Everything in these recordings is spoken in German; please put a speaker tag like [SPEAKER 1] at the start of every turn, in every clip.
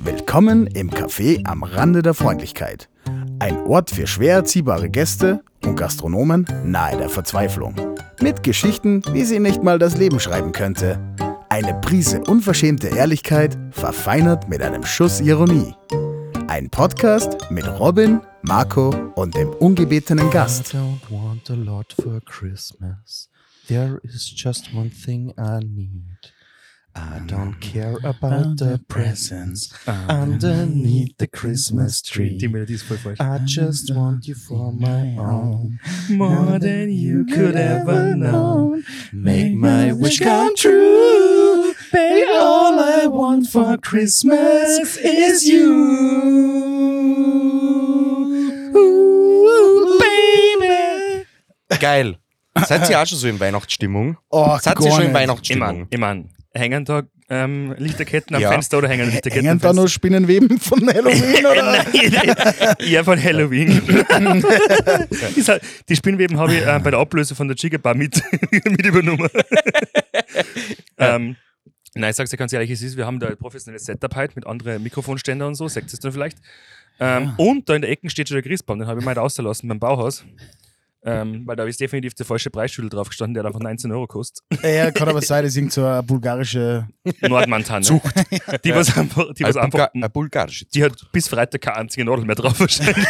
[SPEAKER 1] Willkommen im Café am Rande der Freundlichkeit. Ein Ort für schwer erziehbare Gäste und Gastronomen nahe der Verzweiflung. Mit Geschichten, wie sie nicht mal das Leben schreiben könnte. Eine Prise unverschämte Ehrlichkeit, verfeinert mit einem Schuss Ironie. Ein Podcast mit Robin, Marco und dem ungebetenen Gast.
[SPEAKER 2] I don't want a lot for Christmas. There is just one thing I need. I don't care about the presents underneath the Christmas
[SPEAKER 3] Die
[SPEAKER 2] tree.
[SPEAKER 3] Melodie ist voll
[SPEAKER 4] Ah,
[SPEAKER 3] falsch.
[SPEAKER 2] I just want you for my own.
[SPEAKER 3] More than you could ever know.
[SPEAKER 2] Make my wish come true. Baby, all I want for Christmas is you. Ooh, baby.
[SPEAKER 4] Geil. Seid ihr auch schon so in Weihnachtsstimmung?
[SPEAKER 1] Oh,
[SPEAKER 4] Seid
[SPEAKER 1] gar
[SPEAKER 4] ihr schon in
[SPEAKER 1] nicht.
[SPEAKER 4] Weihnachtsstimmung?
[SPEAKER 3] Immer, immer. Hängen da ähm, Lichterketten am
[SPEAKER 4] Ja.
[SPEAKER 3] Fenster oder hängen Lichterketten
[SPEAKER 1] Hängen da
[SPEAKER 3] am
[SPEAKER 1] nur Spinnenweben von Halloween, oder?
[SPEAKER 3] Fenster? Nein, ja, von Halloween. Die sa- die Spinnweben habe ich äh, bei der Ablöse von der Chigabar mit, mit übernommen. ähm, nein, ich sag's dir ganz ehrlich, es ist, wir haben da ein professionelles Setup halt mit anderen Mikrofonständer und so, seht ihr es dann vielleicht. Ähm, Und da in der Ecke steht schon der Christbaum, den habe ich mal rausgelassen beim Bauhaus. Ähm, weil da ist definitiv der falsche Preisschüttel drauf gestanden, der hat einfach 19 Euro kostet.
[SPEAKER 1] Ja, kann aber sein, das ist irgend so eine bulgarische.
[SPEAKER 3] Nordmantanne. Sucht. Die was einfach, die was
[SPEAKER 4] Ein,
[SPEAKER 3] einfach,
[SPEAKER 4] Bulga ein bulgarisches.
[SPEAKER 3] die hat bis Freitag keine einzige Nadel mehr drauf wahrscheinlich.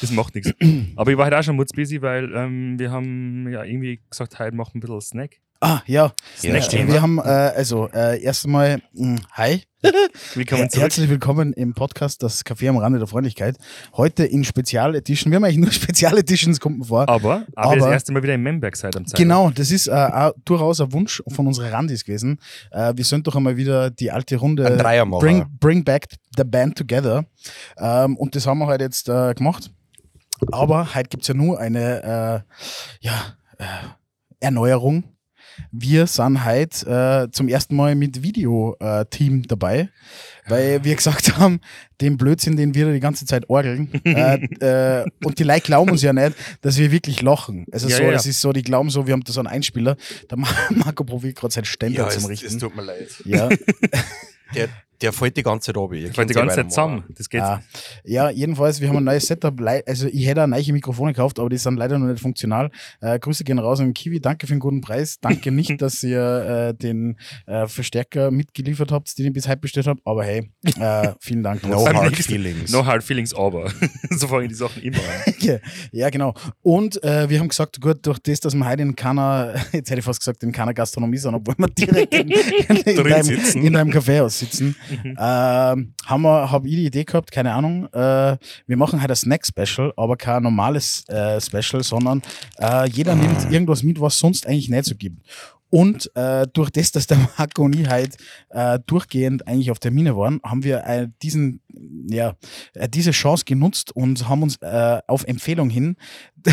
[SPEAKER 3] das macht nichts. Aber ich war halt auch schon mutzbusy, weil ähm, wir haben ja irgendwie gesagt, heute machen wir ein bisschen Snack.
[SPEAKER 1] Ah, ja.
[SPEAKER 4] Ja,
[SPEAKER 1] Äh,
[SPEAKER 3] Snack-Thema.
[SPEAKER 1] wir haben, äh, also, äh, erst einmal, mh, hi.
[SPEAKER 3] Wie kann man
[SPEAKER 1] Her- Herzlich willkommen im Podcast Das Café am Rande der Freundlichkeit. Heute in Spezial-Edition. Wir haben eigentlich nur Spezial-Editions, kommt mir vor.
[SPEAKER 3] Aber, aber, das
[SPEAKER 1] Aber-
[SPEAKER 3] erste Mal wieder in Memberg seit am Zeit.
[SPEAKER 1] Genau, das ist äh, auch durchaus ein Wunsch von unserer Randis gewesen. Äh, wir sind doch einmal wieder die alte Runde
[SPEAKER 4] Ein Dreier machen.
[SPEAKER 1] bring, bring Back the Band Together. Ähm, und das haben wir halt jetzt äh, gemacht. Aber heute gibt es ja nur eine äh, ja, äh, Erneuerung. Wir sind heute äh, zum ersten Mal mit Video-Team dabei, weil wir gesagt haben, den Blödsinn, den wir die ganze Zeit orgeln, äh, äh, und die Leute glauben uns ja nicht, dass wir wirklich lachen. Also
[SPEAKER 3] Ja,
[SPEAKER 1] so,
[SPEAKER 3] ja, ja.
[SPEAKER 1] es ist so, die glauben so, wir haben da so einen Einspieler, der Mar- Marco probiert gerade seinen Ständer zum Richten.
[SPEAKER 4] tut mir leid.
[SPEAKER 1] Ja,
[SPEAKER 4] Der, der fällt die ganze Zeit runter. Ihr
[SPEAKER 3] Ich war
[SPEAKER 4] kennt
[SPEAKER 3] die
[SPEAKER 4] ja
[SPEAKER 3] ganze Zeit
[SPEAKER 4] meinen
[SPEAKER 3] zusammen.
[SPEAKER 4] Mann.
[SPEAKER 3] Das geht.
[SPEAKER 1] Ah. ja, jedenfalls, wir haben ein neues Setup. Lei- Also, ich hätte auch neue Mikrofone gekauft, aber die sind leider noch nicht funktional. Äh, Grüße gehen raus an Kiwi. Danke für den guten Preis. Danke nicht, dass ihr äh, den äh, Verstärker mitgeliefert habt, den ich bis heute bestellt habe. Aber hey, äh, vielen Dank.
[SPEAKER 4] No
[SPEAKER 3] Beim
[SPEAKER 4] hard
[SPEAKER 3] nächsten-
[SPEAKER 4] feelings.
[SPEAKER 3] No hard feelings, aber. so fangen die Sachen immer an.
[SPEAKER 1] Ja, genau. Und äh, wir haben gesagt, gut, durch das, dass wir heute in keiner, jetzt hätte ich fast gesagt, in keiner Gastronomie sind, obwohl wir direkt in, in,
[SPEAKER 4] Drin
[SPEAKER 1] deinem,
[SPEAKER 4] sitzen. Mhm.
[SPEAKER 1] in deinem Kaffeehaus sitzen, ähm, habe hab ich die Idee gehabt, keine Ahnung, äh, wir machen heute ein Snack-Special, aber kein normales äh, Special, sondern äh, jeder
[SPEAKER 4] Ah.
[SPEAKER 1] nimmt irgendwas mit, was sonst eigentlich nicht so gibt. Und äh, durch das, dass der Marco und ich halt äh, durchgehend eigentlich auf Termine waren, haben wir äh, diesen, ja, äh, diese Chance genutzt und haben uns äh, auf Empfehlung hin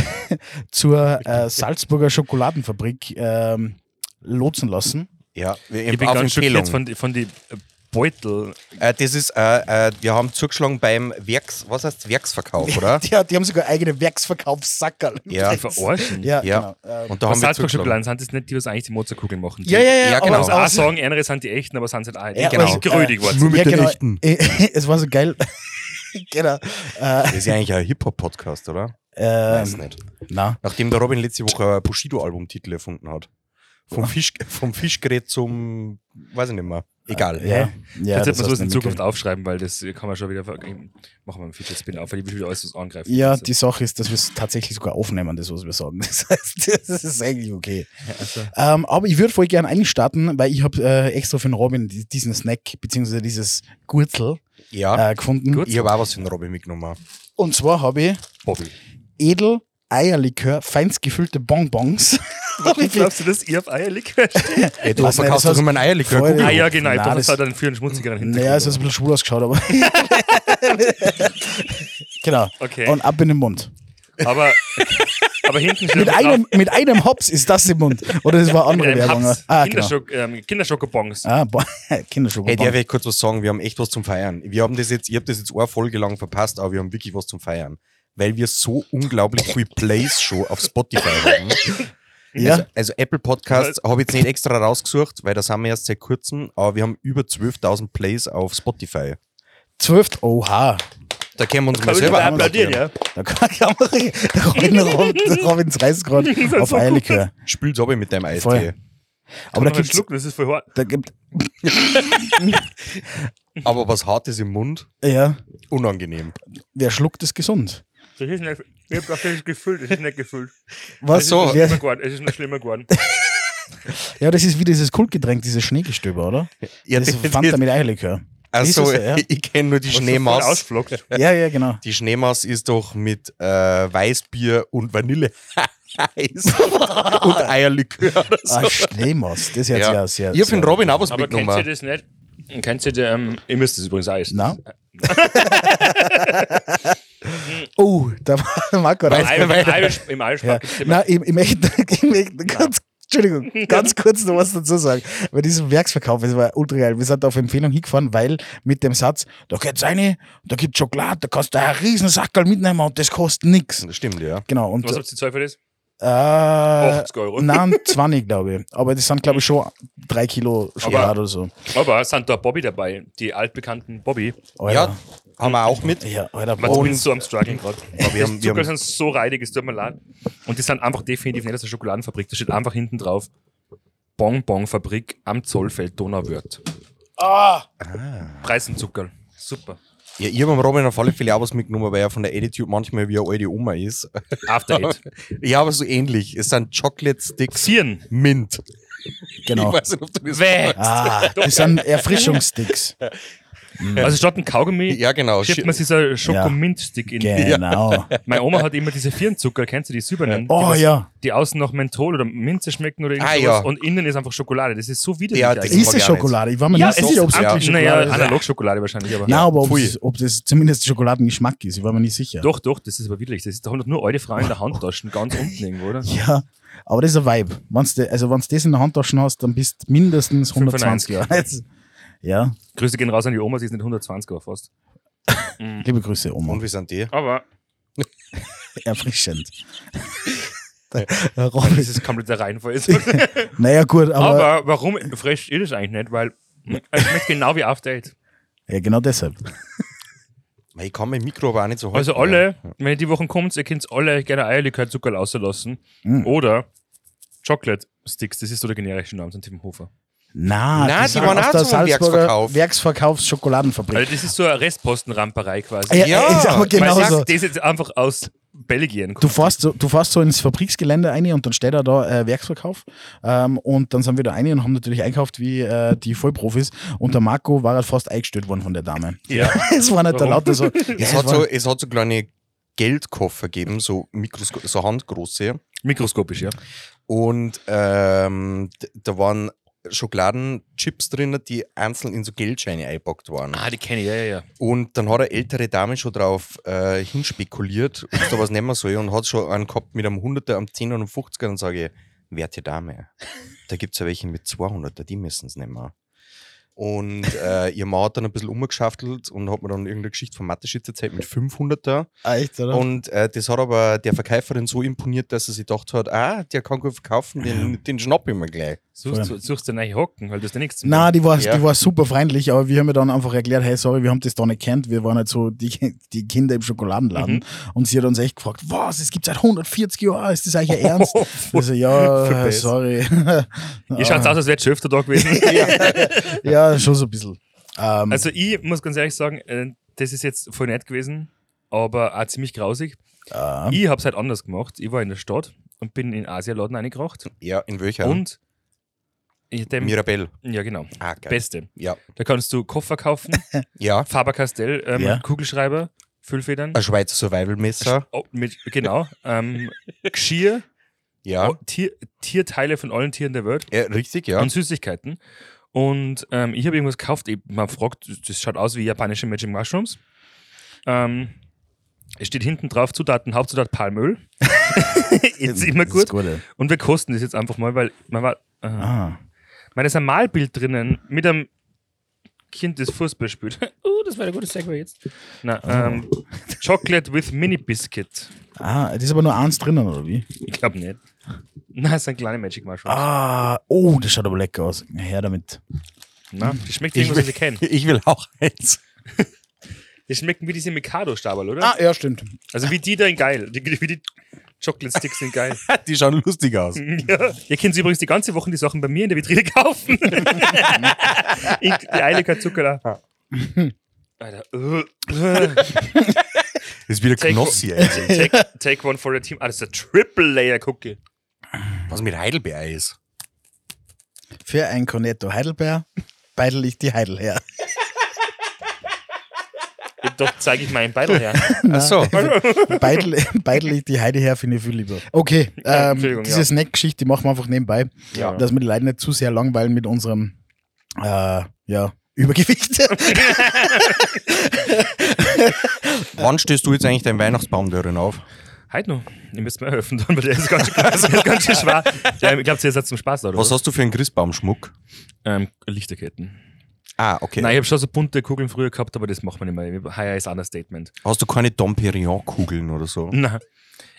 [SPEAKER 1] zur äh, Salzburger Schokoladenfabrik ähm, lotsen lassen.
[SPEAKER 4] Ja, wir,
[SPEAKER 3] Ich bin
[SPEAKER 4] auf
[SPEAKER 3] ganz
[SPEAKER 4] Empfehlung.
[SPEAKER 3] schockiert von, die- von den Beutel.
[SPEAKER 4] äh, das ist, äh, äh, wir haben zugeschlagen beim Werks, was heißt Werksverkauf, oder?
[SPEAKER 1] Die, die haben sogar eigene Werksverkaufssackerl.
[SPEAKER 4] Ja.
[SPEAKER 3] Verarschen.
[SPEAKER 1] Ja,
[SPEAKER 4] Ja.
[SPEAKER 1] genau. Ähm,
[SPEAKER 4] Und da
[SPEAKER 3] Was halt
[SPEAKER 4] haben wir zugeschlagen.
[SPEAKER 3] Salzburg-Schokoladen sind das nicht die, was eigentlich die Mozartkugeln machen?
[SPEAKER 1] ja, ja, ja,
[SPEAKER 4] Ja,
[SPEAKER 1] aber
[SPEAKER 4] genau.
[SPEAKER 1] es
[SPEAKER 3] Also auch
[SPEAKER 1] aussieht-
[SPEAKER 3] sagen, andere sind die echten, aber sind halt alle.
[SPEAKER 1] Ja,
[SPEAKER 4] genau.
[SPEAKER 3] Grödig
[SPEAKER 1] Äh,
[SPEAKER 3] geworden.
[SPEAKER 1] ja,
[SPEAKER 4] den
[SPEAKER 1] genau.
[SPEAKER 4] Echten.
[SPEAKER 1] Es war so geil. genau. Äh,
[SPEAKER 4] Das ist ja eigentlich ein Hip-Hop-Podcast, oder?
[SPEAKER 1] äh,
[SPEAKER 4] Weiß nicht.
[SPEAKER 1] na.
[SPEAKER 4] Nachdem der Robin letzte Woche ein Bushido-Albumtitel erfunden hat. Vom, Fisch, vom Fischgerät zum, weiß ich nicht mehr. Egal.
[SPEAKER 1] Ja, ja,
[SPEAKER 3] Jetzt
[SPEAKER 1] das
[SPEAKER 3] hätten wir
[SPEAKER 1] hast
[SPEAKER 3] sowas
[SPEAKER 1] du
[SPEAKER 3] in
[SPEAKER 1] nicht
[SPEAKER 3] Zukunft aufschreiben, weil das kann man schon wieder ver- machen wir einen Feature Spin auf, weil ich will wieder alles was angreifen.
[SPEAKER 1] Ja,
[SPEAKER 3] Also,
[SPEAKER 1] die Sache ist, dass wir es tatsächlich sogar aufnehmen, das, was wir sagen. Das heißt, das ist eigentlich okay.
[SPEAKER 3] also,
[SPEAKER 1] Ähm, aber ich würde voll gerne einstarten, weil ich habe äh, extra für den Robin die- diesen Snack beziehungsweise dieses Gurzel
[SPEAKER 4] Ja.
[SPEAKER 1] äh, gefunden.
[SPEAKER 3] Gut.
[SPEAKER 4] Ich habe auch was von Robin mitgenommen.
[SPEAKER 1] Und zwar habe ich
[SPEAKER 3] Bobby.
[SPEAKER 1] Edel Eierlikör, feinst gefüllte Bonbons. Hab ich
[SPEAKER 3] Glaubst du, dass ihr auf Eierlikör
[SPEAKER 4] Ey, du
[SPEAKER 1] Was, nein,
[SPEAKER 4] verkaufst
[SPEAKER 1] das
[SPEAKER 4] doch immer ein Eierlikör.
[SPEAKER 1] Voll-
[SPEAKER 4] Google.
[SPEAKER 3] Ah ja, genau,
[SPEAKER 1] Nein,
[SPEAKER 3] ich dachte,
[SPEAKER 1] das-
[SPEAKER 3] das hat einen für einen schmutzigeren Hintergrund.
[SPEAKER 1] Naja, also- es ist ein bisschen schwul ausgeschaut, aber. genau.
[SPEAKER 3] Okay.
[SPEAKER 1] Und ab in den Mund.
[SPEAKER 3] aber, aber hinten steht
[SPEAKER 1] Mit
[SPEAKER 3] drauf,
[SPEAKER 1] einem, mit einem Hops ist das im Mund. Oder das war
[SPEAKER 3] mit
[SPEAKER 1] andere
[SPEAKER 3] einem
[SPEAKER 1] Werbung.
[SPEAKER 3] Haps.
[SPEAKER 1] Ah, genau.
[SPEAKER 3] Kinderschok ähm, Kinderschokobons.
[SPEAKER 1] Ah, boah,
[SPEAKER 4] Ey,
[SPEAKER 1] Kinderschokobon.
[SPEAKER 4] darf ich kurz was sagen? Wir haben echt was zum Feiern. Wir haben das jetzt, ich habe das jetzt eine Folge lang verpasst, aber wir haben wirklich was zum Feiern. Weil wir so unglaublich viel Plays schon auf Spotify haben.
[SPEAKER 1] Ja,
[SPEAKER 4] Also Apple Podcasts habe ich jetzt nicht extra rausgesucht, weil das haben wir erst seit kurzem, aber wir haben über 12.000 Plays auf Spotify.
[SPEAKER 1] 12. Oha.
[SPEAKER 4] Da können wir uns mal
[SPEAKER 3] Aber
[SPEAKER 4] selber
[SPEAKER 3] lieber applaudieren, ja.
[SPEAKER 1] Da kann kann man der Robin, Robin, Robin reißt gerade auf Eierlikör.
[SPEAKER 4] Spiel's aber mit deinem Eistee.
[SPEAKER 1] Voll. Aber da
[SPEAKER 3] Noch einen
[SPEAKER 1] gibt's,
[SPEAKER 3] Schluck, das ist voll hart.
[SPEAKER 1] da gibt,
[SPEAKER 4] Aber was Hartes im Mund,
[SPEAKER 1] ja,
[SPEAKER 4] unangenehm.
[SPEAKER 1] wer schluckt, ist gesund.
[SPEAKER 3] Das ist nicht, ich hab gedacht, das ist gefüllt, das ist nicht gefüllt.
[SPEAKER 1] Was?
[SPEAKER 3] Es
[SPEAKER 4] so.
[SPEAKER 3] ist noch schlimmer geworden, es ist noch schlimmer geworden.
[SPEAKER 1] Ja, das ist wie dieses Kultgetränk, dieses Schneegestöber, oder?
[SPEAKER 4] Ja,
[SPEAKER 1] das ist Fanta mit Eierlikör.
[SPEAKER 4] also,
[SPEAKER 1] Dieses, ja.
[SPEAKER 4] ich kenne nur die Schneemaus.
[SPEAKER 3] ausflockt.
[SPEAKER 1] Ja, ja, genau.
[SPEAKER 4] Die Schneemaus ist doch mit äh, Weißbier und Vanille Eis und Eierlikör. Oder so.
[SPEAKER 1] Ah, Schneemaus, das ist jetzt ja sehr.
[SPEAKER 4] Ich hab den Robin auch was
[SPEAKER 3] Aber kennt ihr
[SPEAKER 4] mitgenommen.
[SPEAKER 3] das nicht? Kennt ihr das? Ähm, ihr müsst das übrigens auch essen.
[SPEAKER 1] Na? oh, da war der Marco
[SPEAKER 3] Im
[SPEAKER 1] raus.
[SPEAKER 3] Irish- Irish- Im
[SPEAKER 1] Ja.
[SPEAKER 3] Irish-Park gibt's immer
[SPEAKER 1] Na, im, im echten, im echten ganz, Entschuldigung, ganz kurz noch was dazu sagen. Bei diesem Werksverkauf, das war ultra geil. Wir sind auf Empfehlung hingefahren, weil mit dem Satz, da geht's rein, da gibt's Schokolade, da kannst du einen riesen Sackerl mitnehmen und das kostet nix.
[SPEAKER 4] Das stimmt, ja.
[SPEAKER 1] Genau, und
[SPEAKER 3] Was habt ihr gezahlt für das?
[SPEAKER 1] äh,
[SPEAKER 3] 80 Also Euro. Mhm.
[SPEAKER 1] nein, 20, glaube ich. Aber das sind, glaube ich, schon drei Kilo Schokolade
[SPEAKER 3] Aber-
[SPEAKER 1] oder so.
[SPEAKER 3] Aber sind da Bobby dabei, die altbekannten Bobby.
[SPEAKER 4] Ja,
[SPEAKER 1] Alter.
[SPEAKER 4] haben wir auch mit.
[SPEAKER 1] Ja, ja Alter,
[SPEAKER 3] Man
[SPEAKER 1] boah.
[SPEAKER 3] bin so am Struggling gerade.
[SPEAKER 4] Aber wir haben, wir
[SPEAKER 3] Zucker
[SPEAKER 4] haben,
[SPEAKER 3] sind so reidig, es tut mir leid. Und die sind einfach definitiv nicht aus der Schokoladenfabrik. Da steht einfach hinten drauf Bonbonfabrik am Zollfeld Donauwörth.
[SPEAKER 1] Ah,
[SPEAKER 3] Preis und Zucker. Super.
[SPEAKER 4] ja, ich hab am Robin auf alle Fälle auch was mitgenommen, weil er von der Attitude manchmal wie eine alte Oma ist.
[SPEAKER 3] After Eight.
[SPEAKER 4] Ja, aber so ähnlich. Es sind Chocolate Sticks
[SPEAKER 3] Xieren.
[SPEAKER 4] Mint.
[SPEAKER 1] genau.
[SPEAKER 4] Ich weiß nicht, ob du das
[SPEAKER 3] Weh.
[SPEAKER 1] Ah, das sind Erfrischungssticks.
[SPEAKER 3] Also statt ein Kaugummi
[SPEAKER 4] Mhm. Ja, genau.
[SPEAKER 3] schiebt man sich so einen Schokomintstick in.
[SPEAKER 1] Genau.
[SPEAKER 3] Meine Oma hat immer diese Firnzucker, kennst du die silbernen? die,
[SPEAKER 1] Oh
[SPEAKER 3] was-
[SPEAKER 1] ja.
[SPEAKER 3] die außen nach Menthol oder Minze schmecken oder
[SPEAKER 4] Ah,
[SPEAKER 3] irgendwas
[SPEAKER 4] ja.
[SPEAKER 3] und innen ist einfach Schokolade. Das ist so widerlich.
[SPEAKER 4] Ja,
[SPEAKER 3] eigentlich.
[SPEAKER 4] das
[SPEAKER 1] Ist es
[SPEAKER 4] mag ich auch
[SPEAKER 1] Schokolade? Ich war mir
[SPEAKER 3] ja,
[SPEAKER 1] nicht
[SPEAKER 3] es
[SPEAKER 1] sicher,
[SPEAKER 3] ist
[SPEAKER 1] ob es
[SPEAKER 3] Anti-
[SPEAKER 1] wirklich
[SPEAKER 3] naja,
[SPEAKER 1] Schokolade ist.
[SPEAKER 3] Analogschokolade wahrscheinlich, aber
[SPEAKER 1] Nein, aber ob
[SPEAKER 4] Pfui.
[SPEAKER 1] es, ob das zumindest Schokoladengeschmack ist, ich war mir nicht sicher.
[SPEAKER 3] doch, doch, das ist aber widerlich. Das ist, da haben doch nur alte Frauen in der Handtaschen, ganz unten irgendwo, oder?
[SPEAKER 1] Ja, aber das ist ein Vibe. Wenn's de, also wenn du das in der Handtasche hast, dann bist du mindestens 120 Jahre alt. Ja,
[SPEAKER 3] Grüße gehen raus an die Oma, sie ist nicht 120, aber fast.
[SPEAKER 1] liebe Grüße, Oma.
[SPEAKER 4] Und wie sind die?
[SPEAKER 3] Aber
[SPEAKER 1] Erfrischend.
[SPEAKER 3] das ist komplett der Reihenfall. Ist. aber,
[SPEAKER 1] naja, gut, aber,
[SPEAKER 3] warum fresht ihr das eigentlich nicht? Weil es schmeckt genau wie After Eight.
[SPEAKER 1] ja, genau deshalb.
[SPEAKER 4] Ich kann mein Mikro aber auch nicht so halten.
[SPEAKER 3] Also alle, wenn ihr die Wochen kommt, ihr könnt alle gerne Eierlikör Zucker auslassen.
[SPEAKER 1] Mm.
[SPEAKER 3] Oder Chocolate Sticks, das ist so der generische Name von Tim Hofer.
[SPEAKER 1] Na,
[SPEAKER 4] Na, die
[SPEAKER 1] sind
[SPEAKER 4] waren
[SPEAKER 1] aus
[SPEAKER 4] auch
[SPEAKER 1] der
[SPEAKER 4] zum Werksverkauf.
[SPEAKER 1] Werksverkaufs-Schokoladenfabrik.
[SPEAKER 3] Also das ist so eine Restpostenramperei quasi. Ah,
[SPEAKER 1] Ja,
[SPEAKER 4] Ja,
[SPEAKER 1] ist aber
[SPEAKER 4] weil
[SPEAKER 3] Weil
[SPEAKER 1] genau
[SPEAKER 3] das,
[SPEAKER 1] so.
[SPEAKER 3] das ist jetzt einfach aus Belgien.
[SPEAKER 1] Du fährst, so, du fährst so ins Fabriksgelände rein und dann steht er da äh, Werksverkauf. Ähm, und dann sind wir da rein und haben natürlich einkauft wie äh, die Vollprofis. Und der Marco war halt fast eingestellt worden von der Dame.
[SPEAKER 3] Ja.
[SPEAKER 1] Es war nicht der
[SPEAKER 3] Warum?
[SPEAKER 1] lauter so.
[SPEAKER 4] Es,
[SPEAKER 1] Ja,
[SPEAKER 4] hat
[SPEAKER 1] es
[SPEAKER 4] so,
[SPEAKER 1] war-
[SPEAKER 4] es hat so kleine Geldkoffer gegeben, so, Mikrosko so handgroße.
[SPEAKER 3] Mikroskopisch, ja.
[SPEAKER 4] Und ähm, d- da waren Schokoladenchips drin, die einzeln in so Geldscheine eingepackt waren.
[SPEAKER 3] Ah, die kenne ich, ja, ja, ja.
[SPEAKER 4] Und dann hat eine ältere Dame schon drauf äh, hinspekuliert, ob da was nehmen soll, und hat schon einen gehabt mit einem 100er, einem 10er und einem 50er. Und sage ich, werte Dame, da gibt es ja welche mit 200er, die müssen es nehmen. Und äh, ihr Mann hat dann ein bisschen umgeschaftelt und hat mir dann irgendeine Geschichte von Mathe-Schitz erzählt mit 500er.
[SPEAKER 1] Echt, oder?
[SPEAKER 4] Und äh, das hat aber der Verkäuferin so imponiert, dass sie sich gedacht hat, ah, der kann gut verkaufen, den, den schnapp ich mir gleich.
[SPEAKER 3] Suchst,
[SPEAKER 1] Voll.
[SPEAKER 3] suchst du neue Hocken, weil das ist der nächste.
[SPEAKER 1] Na, die war,
[SPEAKER 4] Ja.
[SPEAKER 1] die war super freundlich, aber wir haben ihr dann einfach erklärt, hey, sorry, wir haben das da nicht kennt. Wir waren halt so die, die Kinder im Schokoladenladen. Und sie hat uns echt gefragt, was, es gibt seit 140 Jahren, ist das eigentlich ihr Ernst?
[SPEAKER 3] Oh,
[SPEAKER 1] Also,
[SPEAKER 3] Voll
[SPEAKER 1] ja,
[SPEAKER 3] besser.
[SPEAKER 1] sorry.
[SPEAKER 3] Ihr schaut aus, als wärt ihr schon öfter da gewesen.
[SPEAKER 1] ja, schon so ein bisschen. Ähm,
[SPEAKER 3] Also ich muss ganz ehrlich sagen, äh, das ist jetzt voll nett gewesen, aber auch ziemlich grausig.
[SPEAKER 1] äh,
[SPEAKER 3] Ich habe es halt anders gemacht. Ich war in der Stadt und bin in Asialaden reingekracht.
[SPEAKER 4] Ja, in welcher?
[SPEAKER 3] Und ich dem,
[SPEAKER 4] Mirabelle.
[SPEAKER 3] ja genau,
[SPEAKER 4] Ah, geil.
[SPEAKER 3] Beste.
[SPEAKER 4] Ja.
[SPEAKER 3] Da kannst du Koffer kaufen,
[SPEAKER 4] Ja.
[SPEAKER 3] Faber-Castell, ähm,
[SPEAKER 1] Ja.
[SPEAKER 3] Kugelschreiber, Füllfedern,
[SPEAKER 4] Ein Schweizer Survival-Messer.
[SPEAKER 3] oh, mit, genau, ähm, Geschirr,
[SPEAKER 4] Ja.
[SPEAKER 3] oh, Tier, Tierteile von allen Tieren der Welt
[SPEAKER 4] Ja, richtig, ja.
[SPEAKER 3] und Süßigkeiten. Und ähm, ich habe irgendwas gekauft. Ich, man fragt, das schaut aus wie japanische Magic Mushrooms. Ähm, es steht hinten drauf Zutaten, Hauptzutat Palmöl. jetzt immer
[SPEAKER 1] das ist
[SPEAKER 3] gut.
[SPEAKER 1] gut. ey.
[SPEAKER 3] Und wir kosten das jetzt einfach mal, weil man war. Aha.
[SPEAKER 1] Ah.
[SPEAKER 3] Man ist ein Malbild drinnen mit einem Kind, das Fußball spielt. uh, das war der gute Segway jetzt. Na, ähm, Chocolate with Mini Biscuit.
[SPEAKER 1] Ah, das ist aber nur eins drinnen, oder wie?
[SPEAKER 3] Ich glaube nicht. Nein, das sind kleine Magic Mushrooms.
[SPEAKER 1] Ah, oh, das schaut aber lecker aus. Na, Her damit.
[SPEAKER 3] Na, die schmeckt irgendwas, was ich kenne.
[SPEAKER 4] ich will auch eins.
[SPEAKER 3] Die schmecken wie diese Mikado-Staberl, oder?
[SPEAKER 1] Ah, ja, stimmt.
[SPEAKER 3] Also wie die da in geil. Die, wie die Chocolate Sticks sind geil.
[SPEAKER 4] Die schauen lustig aus.
[SPEAKER 3] ja. Ihr könnt übrigens die ganze Woche die Sachen bei mir in der Vitrine kaufen. In- die Eiliger Zucker. da. Alter. äh, äh.
[SPEAKER 4] Das ist wieder
[SPEAKER 3] Take-
[SPEAKER 4] Knossi. ey.
[SPEAKER 3] take, take one for the team. Ah, das ist ein Triple Layer Cookie.
[SPEAKER 4] Was mit Heidelbeer ist.
[SPEAKER 1] Für ein Cornetto Heidelbeer beidel ich die Heidel her.
[SPEAKER 3] Dort zeige ich meinen Beitel her.
[SPEAKER 4] Achso.
[SPEAKER 1] Beidel, beidel ich die Heide her, finde ich viel lieber. Okay,
[SPEAKER 3] Ja,
[SPEAKER 1] ähm,
[SPEAKER 3] Entschuldigung,
[SPEAKER 1] diese
[SPEAKER 3] ja.
[SPEAKER 1] Snack-Geschichte die machen wir einfach nebenbei,
[SPEAKER 3] Ja.
[SPEAKER 1] dass wir die Leute nicht zu sehr langweilen mit unserem äh, ja, Übergewicht.
[SPEAKER 4] Wann stößt du jetzt eigentlich deinen Weihnachtsbaum darin auf?
[SPEAKER 3] Heute noch. Ihr müsst mir helfen, dann, weil der ist ganz schön, der ist ganz schön schwer. Ähm, ich glaube, ihr seid zum Spaß, oder?
[SPEAKER 4] Was hast du für einen Christbaumschmuck?
[SPEAKER 3] Ähm, Lichterketten.
[SPEAKER 4] Ah, okay.
[SPEAKER 3] Nein, ich habe schon so bunte Kugeln früher gehabt, aber das macht man nicht mehr. Heuer ist Understatement.
[SPEAKER 4] Hast du keine Domperion-Kugeln oder so?
[SPEAKER 3] Nein.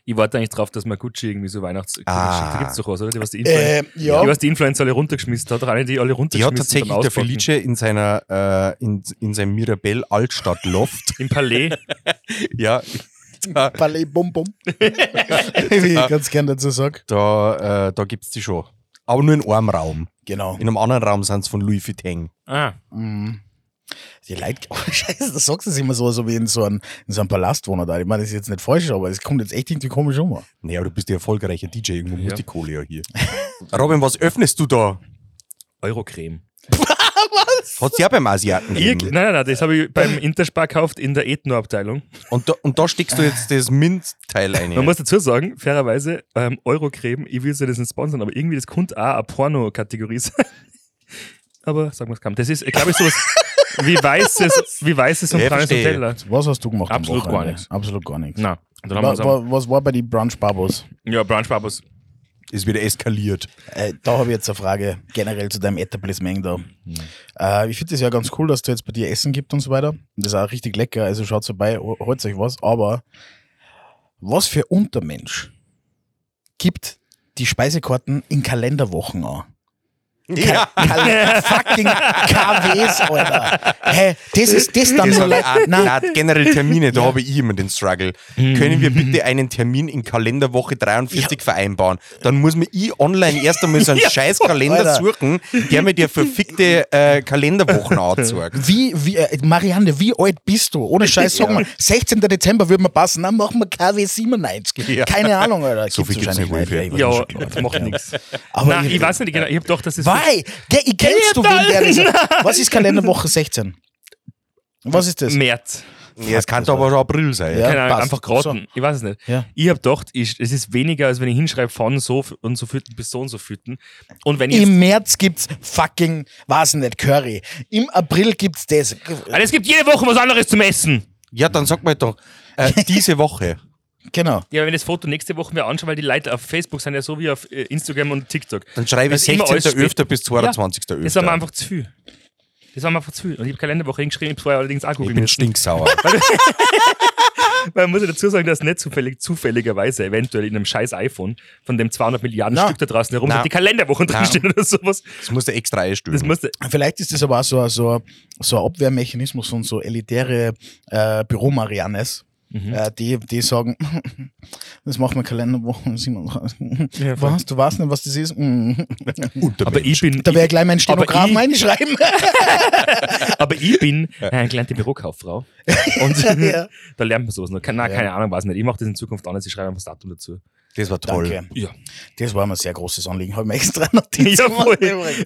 [SPEAKER 3] Ich warte eigentlich drauf, dass man Gucci irgendwie so Weihnachtskugeln
[SPEAKER 4] Ah.
[SPEAKER 3] schickt. Da gibt's doch was, oder? Die, was die Influencer,
[SPEAKER 1] äh, ja.
[SPEAKER 3] die, was die Influencer alle runtergeschmissen hat. Doch eine, die alle
[SPEAKER 4] Die hat
[SPEAKER 3] runtergeschmissen
[SPEAKER 4] tatsächlich
[SPEAKER 3] beim
[SPEAKER 4] der
[SPEAKER 3] Auspacken.
[SPEAKER 4] Felice in seiner äh, in, in seinem Mirabell Altstadtloft.
[SPEAKER 3] Im Palais.
[SPEAKER 4] ja, da,
[SPEAKER 1] Palais Bum Bum. Wie ich ganz gern dazu sage.
[SPEAKER 4] da, äh, da gibt's die schon. Aber nur in einem Raum.
[SPEAKER 1] Genau.
[SPEAKER 4] In einem anderen Raum sind von Louis Vuitton.
[SPEAKER 3] Ah.
[SPEAKER 1] Mhm. Die Leute, oh, scheiße, das sagst du jetzt immer so, so wie in so einem, in so einem Palast wohnen da. Ich meine, das ist jetzt nicht falsch, aber es kommt jetzt echt irgendwie komisch um.
[SPEAKER 4] Nee, aber du bist ja erfolgreicher DJ, irgendwo muss
[SPEAKER 3] Ja.
[SPEAKER 4] die Kohle ja hier. Robin, was öffnest du da?
[SPEAKER 3] Eurocreme.
[SPEAKER 4] Hat's ja beim Asiaten
[SPEAKER 3] Ihr, nein,
[SPEAKER 4] gegeben.
[SPEAKER 3] nein, nein, das habe ich beim Interspar gekauft in der Ethno-Abteilung.
[SPEAKER 4] Und da, und da steckst du jetzt das Minzteil ein.
[SPEAKER 3] Man muss dazu sagen, fairerweise, ähm, Eurocreme, ich will es ja das nicht sponsern, aber irgendwie das Kund auch eine Porno-Kategorie sein. aber sagen wir es kaum. Das ist, glaube ich, sowas wie weißes, wie weißes und
[SPEAKER 4] Ja,
[SPEAKER 3] braunes
[SPEAKER 4] verstehe.
[SPEAKER 3] Nutella.
[SPEAKER 1] Was hast du gemacht? am
[SPEAKER 3] Absolut gar
[SPEAKER 1] Wochenende?
[SPEAKER 3] nichts.
[SPEAKER 1] Absolut gar nichts.
[SPEAKER 3] Na, und dann haben wir
[SPEAKER 1] Wa,
[SPEAKER 3] uns am-
[SPEAKER 1] wa, was war bei den Brunch Babos?
[SPEAKER 3] ja, Brunch Barbus.
[SPEAKER 4] Ist wieder eskaliert.
[SPEAKER 1] Äh, da habe ich jetzt eine Frage generell zu deinem Etablissement da.
[SPEAKER 3] Mhm.
[SPEAKER 1] Äh, ich finde das ja ganz cool, dass du jetzt bei dir Essen gibt und so weiter. Und Das ist auch richtig lecker, also schaut vorbei, ho- holt euch was. Aber was für Untermensch gibt die Speisekarten in Kalenderwochen an?
[SPEAKER 4] Ja.
[SPEAKER 1] Kal fucking KWs, Alter. Hä, das ist das dann
[SPEAKER 4] Das
[SPEAKER 1] nur
[SPEAKER 4] hab ich
[SPEAKER 1] leid.
[SPEAKER 4] auch,
[SPEAKER 1] Nein,
[SPEAKER 4] na, generell Termine, da habe ich immer den Struggle. Können wir bitte einen Termin in Kalenderwoche 43 vereinbaren? Dann muss mir ich online erst einmal so einen scheiß Kalender
[SPEAKER 1] Alter.
[SPEAKER 4] suchen, der mir dir verfickte äh, Kalenderwochen anzeigt.
[SPEAKER 1] wie, wie, äh, Marianne, wie alt bist du? Ohne Scheiß, sag mal, 16. Dezember würde mir passen, dann machen wir KW 97.
[SPEAKER 4] Ja.
[SPEAKER 1] Keine Ahnung, Alter.
[SPEAKER 4] So viel gibt's
[SPEAKER 1] wahrscheinlich
[SPEAKER 4] nicht wohl
[SPEAKER 1] nicht,
[SPEAKER 3] Ja,
[SPEAKER 1] ey, ich weiß
[SPEAKER 3] das
[SPEAKER 1] nicht.
[SPEAKER 3] macht nichts.
[SPEAKER 1] Aber
[SPEAKER 3] Nein, ich weiß nicht genau, ich habe doch, das ist.
[SPEAKER 1] Weil, gell, ich kennst du wen, der das Was ist Kalenderwoche 16? Was ist das?
[SPEAKER 3] März.
[SPEAKER 4] Ja, es kann doch aber schon April sein.
[SPEAKER 1] Ja,
[SPEAKER 3] Keine Ahnung,
[SPEAKER 1] passt.
[SPEAKER 3] einfach grotten. Ich weiß es nicht.
[SPEAKER 1] Ja.
[SPEAKER 3] Ich habe gedacht, ich, es ist weniger, als wenn ich hinschreibe von so f- und so füten bis so und so füten. Und wenn ich jetzt
[SPEAKER 1] Im März gibt's fucking, weiß ich nicht, Curry. Im April gibt's das.
[SPEAKER 3] Alter, Also es gibt jede Woche was anderes zum Essen.
[SPEAKER 4] Ja, dann sag mal doch, äh, diese Woche.
[SPEAKER 1] Genau.
[SPEAKER 3] Ja, wenn ich das Foto nächste Woche mir anschaue, weil die Leute auf Facebook sind ja so wie auf äh, Instagram und TikTok.
[SPEAKER 4] Dann schreibe
[SPEAKER 3] Das
[SPEAKER 4] ich
[SPEAKER 3] ist immer alles
[SPEAKER 4] 16.11.
[SPEAKER 3] spät.
[SPEAKER 4] bis 22.11.
[SPEAKER 3] Das war mir einfach zu viel. Das war mir einfach zu viel. Und ich habe Kalenderwoche hingeschrieben, ich habe vorher allerdings auch
[SPEAKER 4] ich
[SPEAKER 3] googeln
[SPEAKER 4] bin
[SPEAKER 3] müssen.
[SPEAKER 4] stinksauer.
[SPEAKER 3] Man muss ja dazu sagen, dass nicht zufällig, zufälligerweise eventuell in einem scheiß iPhone, von dem 200 Milliarden
[SPEAKER 1] Na.
[SPEAKER 3] Stück da draußen herum,
[SPEAKER 4] Na.
[SPEAKER 3] sind, die Kalenderwochen drinstehen oder sowas.
[SPEAKER 4] Das musst du extra einstellen.
[SPEAKER 3] Das musste.
[SPEAKER 1] Vielleicht ist das aber auch so, ein- so, ein- so ein Abwehrmechanismus von so elitäre äh, Büromarianes.
[SPEAKER 3] Mhm.
[SPEAKER 1] Äh, die, die sagen, das machen wir Kalenderwochen 37.
[SPEAKER 3] Ja, voll.
[SPEAKER 1] was? Du weißt nicht, was das ist? Mhm.
[SPEAKER 3] Aber ich bin,
[SPEAKER 1] Da werde ich gleich meinen Stenografen
[SPEAKER 3] ich-
[SPEAKER 1] einschreiben.
[SPEAKER 3] aber ich bin eine gelernte Bürokauffrau. Und
[SPEAKER 1] Ja.
[SPEAKER 3] da lernt man sowas noch. Keine, na, keine Ahnung, weiß nicht. Ich mache das in Zukunft anders. Ich schreibe einfach das Datum dazu.
[SPEAKER 4] Das war toll.
[SPEAKER 1] Danke.
[SPEAKER 3] Ja.
[SPEAKER 1] Das war mir ein sehr großes Anliegen. Habe mir extra notiert.
[SPEAKER 3] Jawohl.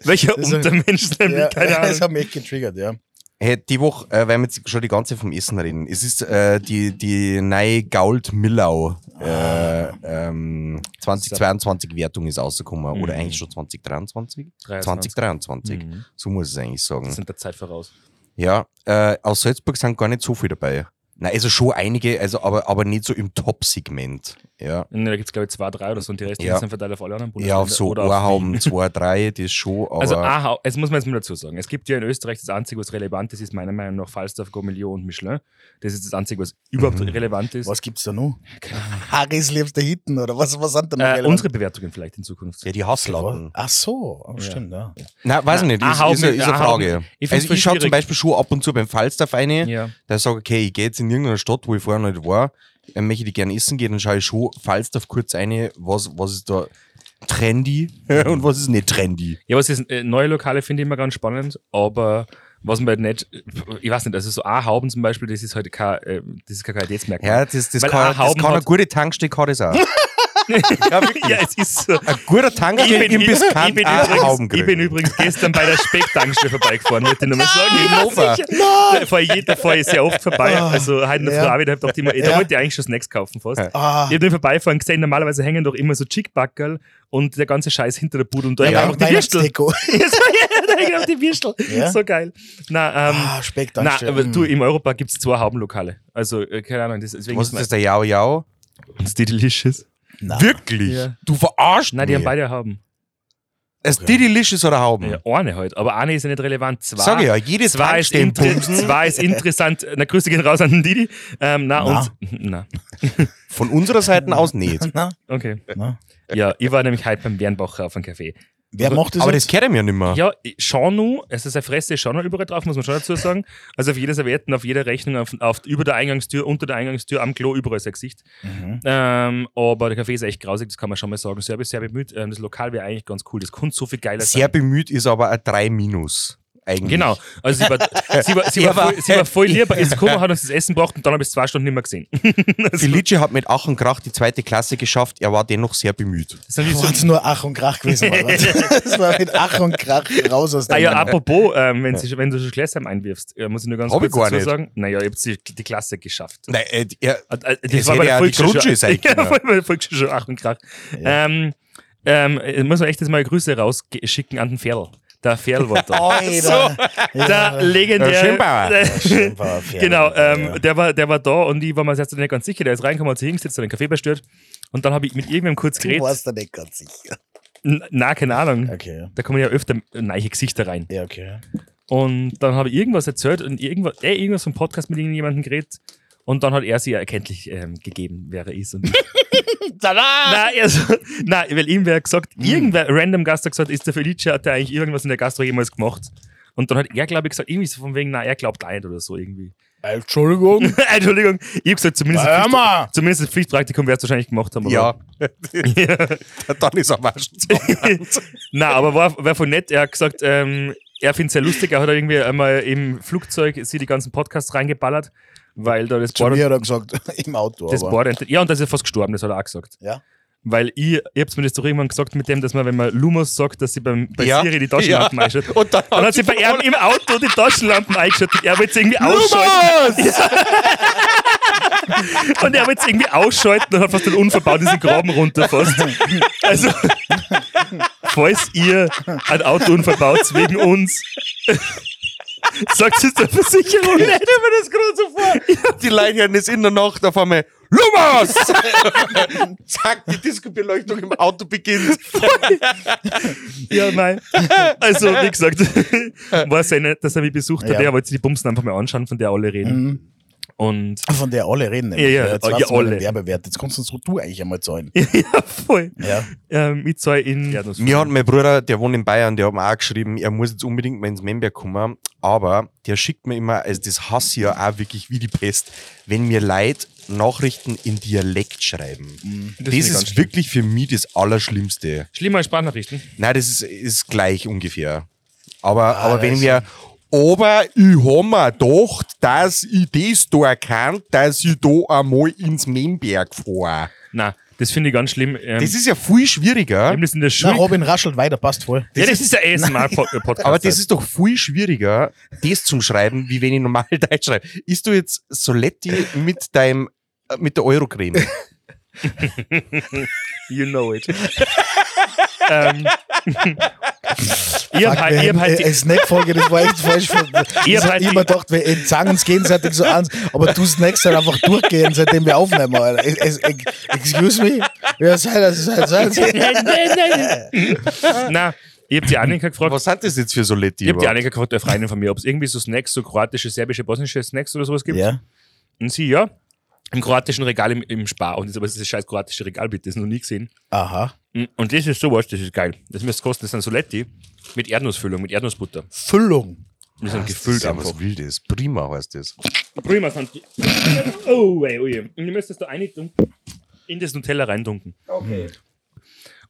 [SPEAKER 3] Welcher
[SPEAKER 1] Das ist-
[SPEAKER 3] Untermensch denn?
[SPEAKER 1] Ja,
[SPEAKER 3] Keine Ahnung.
[SPEAKER 1] das hat mich echt getriggert, ja.
[SPEAKER 4] Hey, die Woche, äh, weil wir jetzt schon die ganze vom Essen reden. Es ist äh, die, die neue Gault-Millau äh, ähm, 2022-Wertung ist rausgekommen. Oder
[SPEAKER 3] Mhm.
[SPEAKER 4] eigentlich schon 2023?
[SPEAKER 3] 23.
[SPEAKER 4] 2023. So muss ich es eigentlich
[SPEAKER 3] Das
[SPEAKER 4] sagen.
[SPEAKER 3] sind der Zeit voraus.
[SPEAKER 4] Ja, äh, aus Salzburg sind gar nicht so viel dabei. Nein, also schon einige, also aber, aber nicht so im Top-Segment. Ja.
[SPEAKER 3] Ne, da gibt es, glaube ich, zwei, drei oder so und die restlichen
[SPEAKER 4] Ja.
[SPEAKER 3] sind verteilt auf alle anderen Bundesländer.
[SPEAKER 4] Ja, auf so
[SPEAKER 3] oder auf Wien.
[SPEAKER 4] Ohrhauben 2, 3, das schon, aber
[SPEAKER 3] Also Aarau, es muss man jetzt mal dazu sagen. Es gibt ja in Österreich das Einzige, was relevant ist, ist meiner Meinung nach Falstaff, Gourmillon und Michelin. Das ist das Einzige, was überhaupt
[SPEAKER 4] Mhm.
[SPEAKER 3] relevant ist.
[SPEAKER 1] Was gibt's da noch? Harris lebt da hinten, oder was, was sind denn
[SPEAKER 3] äh, unsere Bewertungen vielleicht in Zukunft.
[SPEAKER 4] ja, die
[SPEAKER 1] Lauten.
[SPEAKER 4] Hasslatten.
[SPEAKER 1] Ach so, oh, stimmt, ja.
[SPEAKER 4] Nein, weiß ich nicht, ist,
[SPEAKER 3] Aarhauben-
[SPEAKER 4] ist, eine- ist eine
[SPEAKER 3] Aarhauben-
[SPEAKER 4] Frage.
[SPEAKER 3] ah, Ich find's
[SPEAKER 4] also
[SPEAKER 3] voll
[SPEAKER 4] ich schaue zum
[SPEAKER 3] schwierig.
[SPEAKER 4] Beispiel schon ab und zu beim Falstaff eine,
[SPEAKER 3] Ja.
[SPEAKER 4] da ich sage, okay, ich gehe jetzt in irgendeine Stadt, wo ich vorher noch nicht war, äh, möchte ich gerne essen gehen, dann schaue ich schon Falstaff kurz eine, was, was ist da trendy und was ist nicht trendy.
[SPEAKER 3] Ja, was ist, äh, neue Lokale finde ich immer ganz spannend, aber was man halt nicht, ich weiß nicht, also so A-Hauben zum Beispiel, das ist halt kein, äh, das ist kein
[SPEAKER 4] Ja,
[SPEAKER 3] Qualitätsmerkmal.
[SPEAKER 4] das, das
[SPEAKER 3] Weil
[SPEAKER 4] kann, das
[SPEAKER 3] Aarhauben
[SPEAKER 4] kann eine
[SPEAKER 3] hat-
[SPEAKER 4] gute Tankstelle, kann das auch. ja, wirklich.
[SPEAKER 3] Ja, es ist so.
[SPEAKER 4] Ein guter Tankstelle, Imbiss kann
[SPEAKER 3] ich, bin
[SPEAKER 4] Aarhauben
[SPEAKER 3] übrigens, ich bin
[SPEAKER 4] kriegen.
[SPEAKER 3] übrigens gestern bei der Specktankstelle vorbeigefahren, wollte ich nochmal sagen.
[SPEAKER 4] Hannover.
[SPEAKER 3] Nein! Vor jeder Fall ist sehr oft vorbei. Also heute in der
[SPEAKER 1] Ah, Ja.
[SPEAKER 3] Frau wieder, hab doch immer,
[SPEAKER 1] Ja.
[SPEAKER 3] da wollte ich eigentlich schon Snacks kaufen fast.
[SPEAKER 4] Ja.
[SPEAKER 1] Ah,
[SPEAKER 3] Ich hab den vorbeifahren gesehen, normalerweise hängen doch immer so Chickbackerl und der ganze Scheiß hinter der Bude und da
[SPEAKER 1] ja,
[SPEAKER 3] hängen
[SPEAKER 1] ja,
[SPEAKER 3] einfach die Würstel.
[SPEAKER 1] Weihnachtsdeko.
[SPEAKER 3] da hängen auch die Würstel.
[SPEAKER 1] Ja.
[SPEAKER 3] So geil. Na, ähm,
[SPEAKER 1] Ah,
[SPEAKER 3] na,
[SPEAKER 1] Specktankstelle.
[SPEAKER 3] aber
[SPEAKER 1] mm.
[SPEAKER 3] du, im Europa gibt's zwei Haubenlokale. Also, äh, keine Ahnung, das, deswegen
[SPEAKER 4] Was ist das, der Yao Yao?
[SPEAKER 3] das? Die Delicious.
[SPEAKER 1] Na.
[SPEAKER 4] Wirklich?
[SPEAKER 3] Ja.
[SPEAKER 4] Du verarschst
[SPEAKER 3] Nein, die haben
[SPEAKER 4] mich.
[SPEAKER 3] beide Hauben.
[SPEAKER 4] Es Diddy Licious oder Hauben?
[SPEAKER 3] Ja, eine halt, aber eine ist ja nicht relevant. Zwei,
[SPEAKER 4] Mhm. Sag ich ja, jede
[SPEAKER 3] zwei, ist,
[SPEAKER 4] Tankstelle
[SPEAKER 3] inter zwei ist interessant. Na, Grüße gehen raus an den Didi. Ähm,
[SPEAKER 1] Na.
[SPEAKER 3] na, und. Na,
[SPEAKER 4] von unserer Seite aus nicht.
[SPEAKER 1] Na,
[SPEAKER 3] okay.
[SPEAKER 1] na.
[SPEAKER 3] Ja, ich war nämlich heute beim Bernbacher auf einem Café.
[SPEAKER 1] Wer macht das
[SPEAKER 4] Aber das
[SPEAKER 1] jetzt?
[SPEAKER 4] kennt er mir nicht mehr.
[SPEAKER 3] Ja, Schanu, es ist eine Fresse, ist Schanu überall drauf, muss man schon dazu sagen. Also auf jeder Servietten, auf jeder Rechnung, auf, auf, über der Eingangstür, unter der Eingangstür, am Klo, überall sein Gesicht.
[SPEAKER 1] Mhm.
[SPEAKER 3] Ähm, aber der Kaffee ist echt grausig, das kann man schon mal sagen. Service sehr bemüht. Ähm, das Lokal wäre eigentlich ganz cool. Das konnte so viel geiler
[SPEAKER 4] Sehr
[SPEAKER 3] sein.
[SPEAKER 4] bemüht ist aber ein 3 Minus. Eigentlich.
[SPEAKER 3] Genau. Also sie war, sie war, sie war,
[SPEAKER 4] Er war-
[SPEAKER 3] voll, sie war voll lieber, ist gekommen, hat uns das Essen gebracht und dann habe ich es zwei Stunden nicht mehr gesehen. Also
[SPEAKER 4] Felice hat mit Ach und Krach die zweite Klasse geschafft. Er war dennoch sehr bemüht.
[SPEAKER 3] Das ist natürlich
[SPEAKER 1] Das
[SPEAKER 3] so,
[SPEAKER 1] war nur Ach und Krach gewesen, Alter. Das war mit Ach und Krach raus aus
[SPEAKER 3] ah
[SPEAKER 1] dem.
[SPEAKER 3] ja, apropos, ähm, wenn, sie, wenn du schon Gläsheim einwirfst, äh, muss ich nur ganz
[SPEAKER 4] Hab ich
[SPEAKER 3] kurz dazu
[SPEAKER 4] gar nicht.
[SPEAKER 3] sagen. Naja, ich habe die, die Klasse geschafft.
[SPEAKER 4] Nein, äh, er,
[SPEAKER 3] Äh, äh,
[SPEAKER 4] Es
[SPEAKER 3] Das war bei
[SPEAKER 4] hätte ja
[SPEAKER 3] der
[SPEAKER 4] die Grundschule
[SPEAKER 3] Volksschule schon.
[SPEAKER 4] sein können.
[SPEAKER 3] Ja, voll bei der Volksschule schon Ach und Krach. Ähm, ähm, äh, muss man echt jetzt mal Grüße rausschicken an den Pferdl. Der Pferdl war
[SPEAKER 4] Oh.
[SPEAKER 3] da.
[SPEAKER 1] Alter.
[SPEAKER 3] Der
[SPEAKER 4] Der
[SPEAKER 3] legendäre.
[SPEAKER 4] Schönbauer.
[SPEAKER 1] Schön war Pferd.
[SPEAKER 3] Genau, ähm,
[SPEAKER 1] Ja.
[SPEAKER 3] der, war, der war da und ich war mir selbst nicht ganz sicher. Der ist reingekommen, hat sich hingesetzt, hat einen Kaffee bestellt und dann habe ich mit irgendwem kurz
[SPEAKER 1] Du
[SPEAKER 3] geredet.
[SPEAKER 1] warst da nicht ganz sicher.
[SPEAKER 3] N- Na, keine Ahnung.
[SPEAKER 1] Okay, ja.
[SPEAKER 3] Da kommen ja öfter neiche Gesichter rein.
[SPEAKER 1] ja, okay. ja.
[SPEAKER 3] Und dann habe ich irgendwas erzählt und irgendwas, äh, irgendwas vom Podcast mit irgendjemandem geredet. Und dann hat er sie ja erkenntlich ähm, gegeben, wer er ist. Und nein, also, nein, weil ihm wäre gesagt,
[SPEAKER 1] Hm.
[SPEAKER 3] irgendwer random Gast hat gesagt, ist der Felice, hat der eigentlich irgendwas in der Gastro jemals gemacht? Und dann hat er, glaube ich, gesagt, irgendwie so von wegen, nein, er glaubt auch nicht oder so irgendwie.
[SPEAKER 1] Entschuldigung.
[SPEAKER 3] Entschuldigung, ich habe gesagt, zumindest, ein
[SPEAKER 1] Äh, Hör
[SPEAKER 3] Pflicht-
[SPEAKER 1] mal.
[SPEAKER 3] zumindest das Pflichtpraktikum wär's wahrscheinlich gemacht haben.
[SPEAKER 4] ja.
[SPEAKER 3] aber-
[SPEAKER 4] dann ist er waschen.
[SPEAKER 3] Na, aber war, war voll nett. Er hat gesagt, ähm, er findet es sehr lustig. Er hat halt irgendwie einmal im Flugzeug sie die ganzen Podcasts reingeballert, weil da das
[SPEAKER 1] Zu
[SPEAKER 3] Board,
[SPEAKER 1] mir hat er gesagt, im Auto.
[SPEAKER 3] das
[SPEAKER 1] aber.
[SPEAKER 3] Board ent- Ja, und da ist er fast gestorben, das hat er auch gesagt.
[SPEAKER 1] Ja.
[SPEAKER 3] Weil ich, ich hab's mir das doch irgendwann gesagt mit dem, dass man, wenn man Lumos sagt, dass sie beim, bei
[SPEAKER 4] Ja.
[SPEAKER 3] Siri die Taschenlampen
[SPEAKER 4] Ja.
[SPEAKER 3] einschaltet.
[SPEAKER 4] Und dann
[SPEAKER 3] Dann
[SPEAKER 4] hat
[SPEAKER 3] hat sie bei ihm im Auto die Taschenlampen eingeschaltet. Er wollte irgendwie ausschalten.
[SPEAKER 4] Lumos!
[SPEAKER 3] Und er wollte es irgendwie ausschalten und hat fast den Unverbau diesen Graben runter fast. Also, falls ihr ein Autounfall baut wegen uns, sagt es der Versicherung nicht.
[SPEAKER 4] Stell mir das gerade so vor. Die Leitern ist in der Nacht auf einmal Lumos! Zack, die Disco-Beleuchtung im Auto beginnt.
[SPEAKER 3] Ja, nein. Also, wie gesagt, war sehr nett, dass er mich besucht hat.
[SPEAKER 1] Ja.
[SPEAKER 3] Er wollte sich die Bumsen einfach mal anschauen, von der alle reden.
[SPEAKER 1] Mhm.
[SPEAKER 3] Und
[SPEAKER 1] Von der alle reden.
[SPEAKER 3] Ja, ja,
[SPEAKER 1] jetzt
[SPEAKER 3] ja,
[SPEAKER 1] warst du mal
[SPEAKER 3] alle.
[SPEAKER 1] den Werbewert. Jetzt kannst du uns du eigentlich einmal zahlen.
[SPEAKER 3] ja, voll.
[SPEAKER 1] Ja.
[SPEAKER 3] Ähm, ich zwei in. Ja,
[SPEAKER 4] Mir hat mein Bruder, der wohnt in Bayern, der hat mir auch geschrieben, er muss jetzt unbedingt mal ins Memberg kommen, aber der schickt mir immer, also das hasse ich ja auch wirklich wie die Pest, wenn mir Leute Nachrichten in Dialekt schreiben. Das,
[SPEAKER 3] Mhm. finde ich ganz
[SPEAKER 4] ist
[SPEAKER 3] schlimm.
[SPEAKER 4] wirklich für mich das Allerschlimmste.
[SPEAKER 3] Schlimmer als Sprachnachrichten.
[SPEAKER 4] Nein, das ist, ist gleich ungefähr. Aber,
[SPEAKER 3] Ah,
[SPEAKER 4] aber wenn
[SPEAKER 1] das-
[SPEAKER 4] wir, aber ich hab mir gedacht, dass ich das da kann, dass ich da einmal ins Memberg fahre.
[SPEAKER 3] Na, das finde ich ganz schlimm. Ähm,
[SPEAKER 4] Das ist ja viel schwieriger.
[SPEAKER 3] wir haben das in der
[SPEAKER 1] Na,
[SPEAKER 3] Schule.
[SPEAKER 1] Robin raschelt weiter, passt voll.
[SPEAKER 3] ja, das ist ja eh ASMR-Podcast.
[SPEAKER 4] Aber das ist doch viel schwieriger, das zum Schreiben, wie wenn ich normal Deutsch schreibe. Isst du jetzt Soletti mit deinem äh, mit der Eurocreme?
[SPEAKER 3] You know it. ähm, Ich hab
[SPEAKER 1] Fuck,
[SPEAKER 3] halt, ich
[SPEAKER 1] wir
[SPEAKER 3] hab
[SPEAKER 1] haben eine
[SPEAKER 3] halt
[SPEAKER 1] eine
[SPEAKER 3] die,
[SPEAKER 1] Snack-Folge, das war echt falsch.
[SPEAKER 3] Ich
[SPEAKER 1] Ich
[SPEAKER 3] hab
[SPEAKER 1] habe
[SPEAKER 3] halt
[SPEAKER 1] immer gedacht, wir entzangen uns gegenseitig so eins, aber du snackst halt einfach durchgehend, seitdem wir aufnehmen. Alter. Es- es- ex- Excuse me? Ja, sei das, sei das, sei das.
[SPEAKER 3] nein, ich hab die Annika gefragt.
[SPEAKER 4] Was hat das jetzt für Soletti?
[SPEAKER 3] ich hab die
[SPEAKER 4] überhaupt?
[SPEAKER 3] Annika gefragt, eine Freundin von mir, ob es irgendwie so Snacks, so kroatische, serbische, bosnische Snacks oder sowas gibt.
[SPEAKER 1] Ja.
[SPEAKER 3] Und Hm, sie, ja, im kroatischen Regal im, im Spar. Und das, aber das ist das scheiß kroatische Regal, bitte, das noch nie gesehen. Hm,
[SPEAKER 1] Aha.
[SPEAKER 3] Und das ist sowas, das ist geil. Das müsst kosten, das sind Soletti mit Erdnussfüllung, mit Erdnussbutter.
[SPEAKER 1] Füllung.
[SPEAKER 3] Die sind
[SPEAKER 4] Ah, Das
[SPEAKER 3] gefüllt
[SPEAKER 4] ist ja
[SPEAKER 3] einfach.
[SPEAKER 4] was Wildes. Prima heißt das.
[SPEAKER 3] Prima sind die. Oh, ey, ui. Und ihr müsst das da reindunken. In das Nutella reindunken. Okay.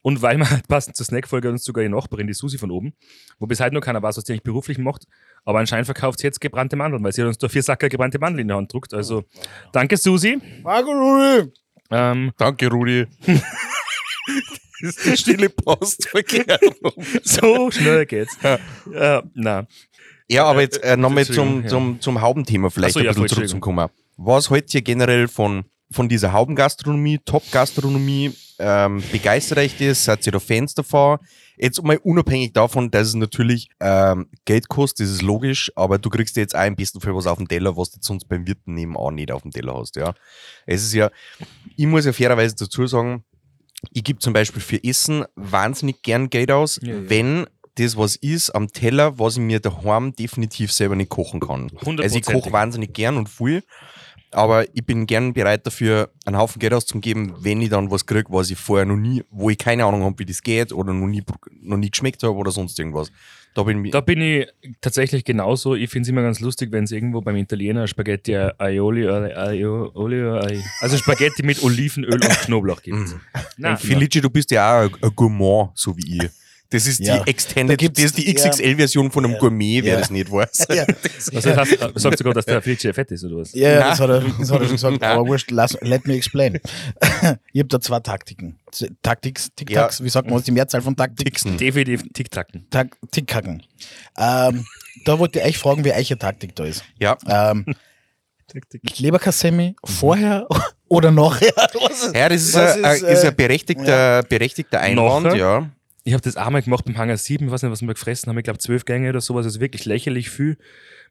[SPEAKER 3] Und weil wir halt passend zur Snackfolge uns sogar die Nachbarin, die Susi von oben, wo bis heute noch keiner weiß, was die eigentlich beruflich macht, aber anscheinend verkauft sie jetzt gebrannte Mandeln, weil sie hat uns da vier Sacker gebrannte Mandeln in der Hand druckt. Also danke, Susi.
[SPEAKER 1] Marco Rudi.
[SPEAKER 3] Ähm,
[SPEAKER 4] Danke, Rudi. das ist die stille Postverkehr.
[SPEAKER 3] so schnell geht's. äh, na,
[SPEAKER 4] ja, aber jetzt äh, nochmal
[SPEAKER 3] Entschuldigung,
[SPEAKER 4] zum,
[SPEAKER 3] ja.
[SPEAKER 4] zum, zum Hauptthema vielleicht
[SPEAKER 3] Ach so,
[SPEAKER 4] ein
[SPEAKER 3] ja,
[SPEAKER 4] bisschen
[SPEAKER 3] voll,
[SPEAKER 4] zurückzukommen. Was haltet ihr generell von, von dieser Haubengastronomie, Top-Gastronomie? Ähm, begeistert euch das? Seid ihr da Fans davon? Jetzt mal unabhängig davon, dass es natürlich ähm, Geld kostet, das ist logisch, aber du kriegst ja jetzt auch im besten Fall was auf den Teller, was du sonst beim Wirten nebenan nicht auf dem Teller hast. Ja? Es ist ja, ich muss ja fairerweise dazu sagen, ich gebe zum Beispiel für Essen wahnsinnig gern Geld aus,
[SPEAKER 3] Ja, ja.
[SPEAKER 4] wenn das was ist am Teller, was ich mir daheim definitiv selber nicht kochen kann. Also ich koche
[SPEAKER 3] Hundertprozentig.
[SPEAKER 4] wahnsinnig gern und viel, aber ich bin gern bereit dafür, einen Haufen Geld auszugeben, wenn ich dann was kriege, was ich vorher noch nie, wo ich keine Ahnung habe, wie das geht oder noch nie, pr- noch nie geschmeckt habe oder sonst irgendwas. Da bin ich,
[SPEAKER 3] Da bin ich tatsächlich genauso. Ich finde es immer ganz lustig, wenn es irgendwo beim Italiener Spaghetti Aioli, Aioli, Aioli also Spaghetti mit Olivenöl und Knoblauch gibt. Nein,
[SPEAKER 4] Felice, du bist ja auch ein, ein Gourmand, so wie ich. Das ist
[SPEAKER 1] Ja.
[SPEAKER 4] die Extended, das
[SPEAKER 1] gibt's-
[SPEAKER 4] ist die
[SPEAKER 1] ja.
[SPEAKER 4] XXL-Version von einem Gourmet, wer
[SPEAKER 1] Ja.
[SPEAKER 4] das nicht weiß.
[SPEAKER 1] Ja,
[SPEAKER 3] Also das heißt, äh, sagt sogar, dass der Felice fett ist oder was?
[SPEAKER 1] ja das, hat er, das hat er schon gesagt. Aber wurscht, lass, let me explain. ich habe da zwei Taktiken. Taktik, Tic-Tacs, wie sagt man, was ist die Mehrzahl von Taktik?
[SPEAKER 3] Mhm.
[SPEAKER 4] Dixon.
[SPEAKER 3] Definitiv Tic-Tacken.
[SPEAKER 1] Tak Tick-Kacken. Ähm, da wollte ich euch fragen, wie eure Taktik da ist.
[SPEAKER 4] Ja.
[SPEAKER 1] Ähm, Leberkassemi vorher oder nachher? Was ist-
[SPEAKER 4] Mhm. Ja, das ist,
[SPEAKER 1] Was
[SPEAKER 4] ein,
[SPEAKER 1] ist,
[SPEAKER 4] ein- ist
[SPEAKER 1] äh,
[SPEAKER 4] ein berechtigter, berechtigter Einwand,
[SPEAKER 3] Noch?
[SPEAKER 4] ja.
[SPEAKER 3] Ich habe das einmal gemacht beim Hangar 7, ich weiß nicht, was wir gefressen haben, ich glaube zwölf Gänge oder sowas, also wirklich lächerlich viel,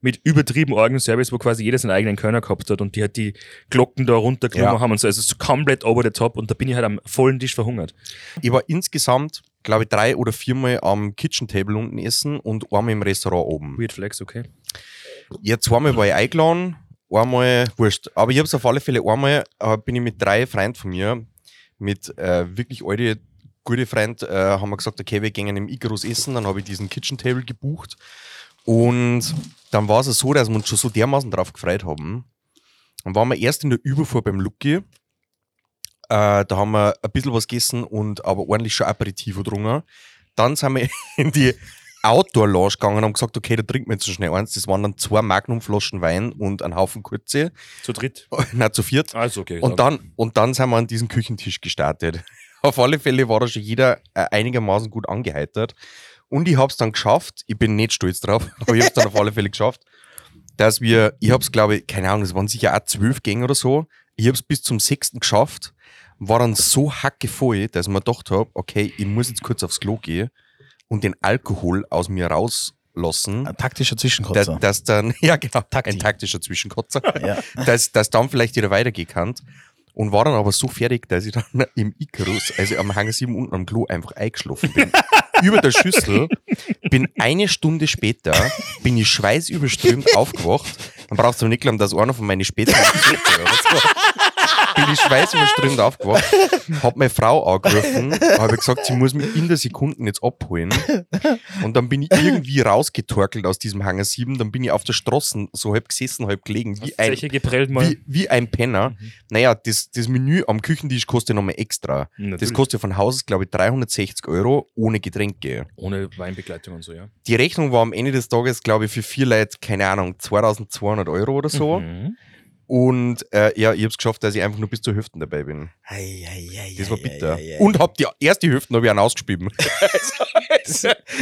[SPEAKER 3] mit übertrieben Organ-Service, wo quasi jeder seinen eigenen Körner gehabt hat und die hat die Glocken da runtergenommen
[SPEAKER 4] Ja.
[SPEAKER 3] haben und so, also so komplett over the top und da bin ich halt am vollen Tisch verhungert.
[SPEAKER 4] Ich war insgesamt, glaube ich, drei oder viermal am Kitchen Table unten essen und einmal im Restaurant oben.
[SPEAKER 3] Weird Flex, okay.
[SPEAKER 4] Ja, zweimal war ich eingeladen, einmal, wurscht. Aber ich habe es auf alle Fälle einmal, äh, bin ich mit drei Freunden von mir, mit äh, wirklich alte, gute Freunden, äh, haben wir gesagt, okay, wir gehen im Icarus essen. Dann habe ich diesen Kitchen Table gebucht. Und dann war es so, dass wir uns schon so dermaßen drauf gefreut haben. Dann waren wir erst in der Überfuhr beim Lucky. Äh, da haben wir ein bisschen was gegessen und aber ordentlich schon Aperitivo getrunken. Dann sind wir in die Outdoor-Lounge gegangen und haben gesagt, okay, da trinken wir jetzt so schnell eins. Das waren dann zwei Magnum-Flaschen Wein und ein Haufen Kurze.
[SPEAKER 3] Zu dritt.
[SPEAKER 4] Nein, zu viert.
[SPEAKER 3] Also okay.
[SPEAKER 4] Und dann, und dann sind wir an diesen Küchentisch gestartet. Auf alle Fälle war da schon jeder äh, einigermaßen gut angeheitert. Und ich hab's dann geschafft, ich bin nicht stolz drauf, aber ich hab's dann auf alle Fälle geschafft, dass wir, ich hab's glaube ich, keine Ahnung, es waren sicher auch zwölf Gänge oder so, ich hab's bis zum sechsten geschafft, war dann so hackevoll, dass ich mir gedacht hab, okay, ich muss jetzt kurz aufs Klo gehen und den Alkohol aus mir rauslassen.
[SPEAKER 1] Ein taktischer
[SPEAKER 4] Dass,
[SPEAKER 1] Zwischenkotzer.
[SPEAKER 4] dass dann, ja genau,
[SPEAKER 1] Taktik.
[SPEAKER 4] ein taktischer Zwischenkotzer
[SPEAKER 1] Ja.
[SPEAKER 4] dass, dass dann vielleicht wieder weitergehen kann. Und war dann aber so fertig, dass ich dann im Icarus, also am Hangar 7 unten am Klo, einfach eingeschlafen bin. Über der Schüssel. Bin eine Stunde später, bin ich schweißüberströmt aufgewacht. Dann brauchst du nicht glauben, dass einer von meinen späteren Besuchern oder so. Bin ich schweißüberströmt aufgewacht, hab meine Frau angerufen, habe gesagt, sie muss mich in der Sekunden jetzt abholen. Und dann bin ich irgendwie rausgetorkelt aus diesem Hangar 7. Dann bin ich auf der Straße so halb gesessen, halb gelegen, wie ein
[SPEAKER 3] Zeche geprellt mal.
[SPEAKER 4] wie, wie ein Penner.
[SPEAKER 3] Mhm.
[SPEAKER 4] Naja, das, das Menü am Küchentisch kostet nochmal extra. Das
[SPEAKER 3] Hm, Natürlich.
[SPEAKER 4] kostet von Haus, glaube ich, 360 Euro ohne Getränke.
[SPEAKER 3] Ohne Weinbegleitung und so, ja.
[SPEAKER 4] Die Rechnung war am Ende des Tages, glaube ich, für vier Leute, keine Ahnung, 2200 Euro oder so.
[SPEAKER 3] Mhm.
[SPEAKER 4] Und äh, ja, ich habe es geschafft, dass ich einfach nur bis zur Hüften dabei bin.
[SPEAKER 1] Ei, ei, ei,
[SPEAKER 4] Das
[SPEAKER 1] ei,
[SPEAKER 4] war
[SPEAKER 1] ei,
[SPEAKER 4] bitter.
[SPEAKER 1] ei, ei.
[SPEAKER 4] Und hab die erste Hüften habe ich einen ausgespieben.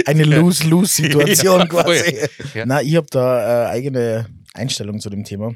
[SPEAKER 1] Eine Lose-Lose-Situation
[SPEAKER 4] Ja, voll.
[SPEAKER 1] quasi.
[SPEAKER 4] Ja.
[SPEAKER 1] Na, ich habe da äh, eigene Einstellung zu dem Thema.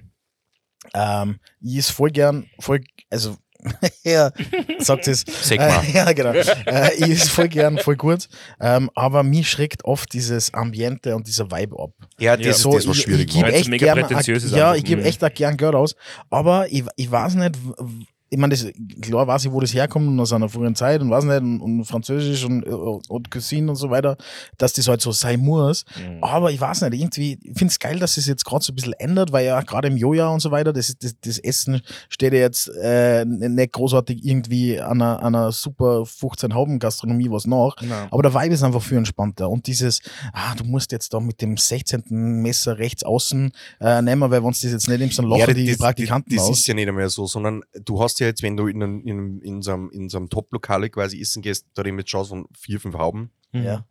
[SPEAKER 1] Ähm, ich ist voll gern, voll, also ja, sagt es.
[SPEAKER 4] Sag mal.
[SPEAKER 1] Äh, ja, genau. äh, ich ist voll gern, voll gut. Ähm, aber mir schreckt oft dieses Ambiente und dieser Vibe ab.
[SPEAKER 4] Ja, das
[SPEAKER 3] Ja.
[SPEAKER 4] ist
[SPEAKER 1] So,
[SPEAKER 4] das, was
[SPEAKER 1] ich-
[SPEAKER 4] schwierig
[SPEAKER 1] ich
[SPEAKER 4] macht.
[SPEAKER 1] gebe
[SPEAKER 3] Weil's
[SPEAKER 1] echt
[SPEAKER 3] mega
[SPEAKER 1] gerne,
[SPEAKER 3] prätentiös ist
[SPEAKER 1] ja,
[SPEAKER 3] einfach.
[SPEAKER 1] ich gebe
[SPEAKER 3] Mhm.
[SPEAKER 1] echt auch gern Geld aus, aber ich, ich weiß nicht, w- ich meine, das- klar weiß ich, wo das herkommt und aus einer früheren Zeit und weiß nicht, und, und Französisch und, äh, und Cuisine und so weiter, dass das halt so sein muss,
[SPEAKER 3] Mhm.
[SPEAKER 1] aber ich weiß nicht, irgendwie, ich finde es geil, dass es jetzt gerade so ein bisschen ändert, weil ja gerade im Joja und so weiter, das, das, das Essen steht ja jetzt äh, n- nicht großartig irgendwie an einer, an einer super 15-Hauben-Gastronomie was nach,
[SPEAKER 3] Nein.
[SPEAKER 1] aber der Vibe ist einfach viel entspannter. Und dieses, ah, du musst jetzt da mit dem 16. Messer rechts außen äh, nehmen, weil wenn du das jetzt nicht nimmst, dann lachen
[SPEAKER 4] Ja,
[SPEAKER 1] die Praktikanten
[SPEAKER 4] das, das
[SPEAKER 1] aus.
[SPEAKER 4] ist ja nicht einmal so, sondern du hast ja jetzt, wenn du in, einem- in, einem- in so einem, in so einem Top-Lokale quasi essen gehst, da reden wir jetzt schon von vier, fünf Hauben,
[SPEAKER 1] ja.
[SPEAKER 3] Mhm.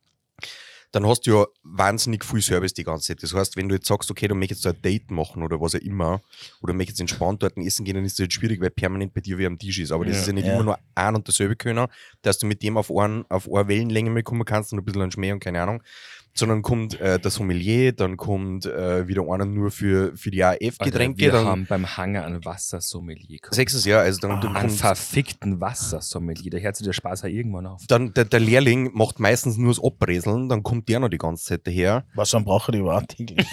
[SPEAKER 4] dann hast du ja wahnsinnig viel Service die ganze Zeit. Das heißt, wenn du jetzt sagst, okay, du möchtest jetzt ein Date machen oder was auch immer, oder möchtest entspannt dort essen gehen, dann ist das jetzt schwierig, weil permanent bei dir wie am Tisch ist. Aber das
[SPEAKER 3] Ja.
[SPEAKER 4] ist ja nicht
[SPEAKER 1] Ja.
[SPEAKER 4] immer nur ein und derselbe Könner, dass du mit dem auf, einen, auf eine Wellenlänge mal kommen kannst und ein bisschen einen Schmäh und keine Ahnung. Sondern kommt äh, das Sommelier, dann kommt äh, wieder einer nur für, für die AF-Getränke.
[SPEAKER 3] Wir
[SPEAKER 4] dann
[SPEAKER 3] haben Ah, beim Hangar einen Wassersommelier gehabt.
[SPEAKER 4] Sechstes Jahr, also dann, dann,
[SPEAKER 3] Einen verfickten Wassersommelier. Da hört sich der Spaß ja irgendwann auf.
[SPEAKER 4] dann der, der Lehrling macht meistens nur das Abbreseln, dann kommt der noch die ganze Zeit daher.
[SPEAKER 1] Was dann brauche ich überhaupt täglich.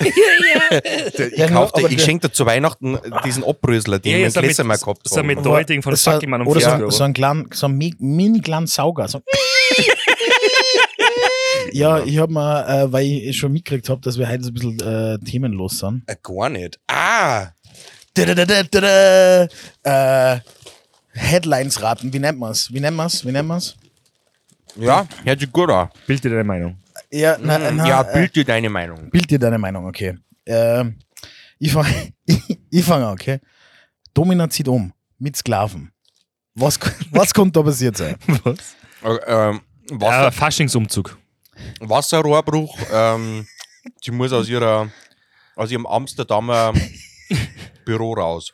[SPEAKER 4] Der, ich
[SPEAKER 1] Ja, genau,
[SPEAKER 4] kauf dir-
[SPEAKER 1] aber
[SPEAKER 4] ich
[SPEAKER 1] der-
[SPEAKER 4] schenke dir zu Weihnachten diesen Abbrösler, den wir
[SPEAKER 3] so
[SPEAKER 4] im
[SPEAKER 3] mit,
[SPEAKER 4] letztes Mal
[SPEAKER 3] so
[SPEAKER 4] gehabt
[SPEAKER 3] so
[SPEAKER 4] haben.
[SPEAKER 1] Äh,
[SPEAKER 3] mit Deuting von
[SPEAKER 1] so,
[SPEAKER 3] Fucking Mann um
[SPEAKER 1] oder so,
[SPEAKER 3] 40
[SPEAKER 1] ein- so
[SPEAKER 3] Euro.
[SPEAKER 1] ein kleinen, so ein mi- mini kleinen Sauger. So. ja, ich habe mal, äh, weil ich schon mitgekriegt habe, dass wir heute so ein bisschen äh, themenlos sind.
[SPEAKER 4] Äh, gar nicht. Ah!
[SPEAKER 1] Dadadadadada. Äh, Headlines raten, wie nennt man es? Wie nennt man es? Wie nennt man es?
[SPEAKER 4] Ja, hört sich gut an.
[SPEAKER 3] Bild dir deine Meinung.
[SPEAKER 1] Ja, na, na,
[SPEAKER 4] Mm, ja,
[SPEAKER 1] äh,
[SPEAKER 4] bild dir deine Meinung.
[SPEAKER 1] Bild dir deine Meinung, okay. Ähm, ich fange ich fang an, okay. Domina zieht um mit Sklaven. Was, was konnte da passiert sein?
[SPEAKER 3] Was?
[SPEAKER 4] Äh, ähm,
[SPEAKER 3] Äh,
[SPEAKER 4] Wasser,
[SPEAKER 3] Faschingsumzug.
[SPEAKER 4] Wasserrohrbruch. Ähm, sie muss aus, ihrer, aus ihrem Amsterdamer Büro raus.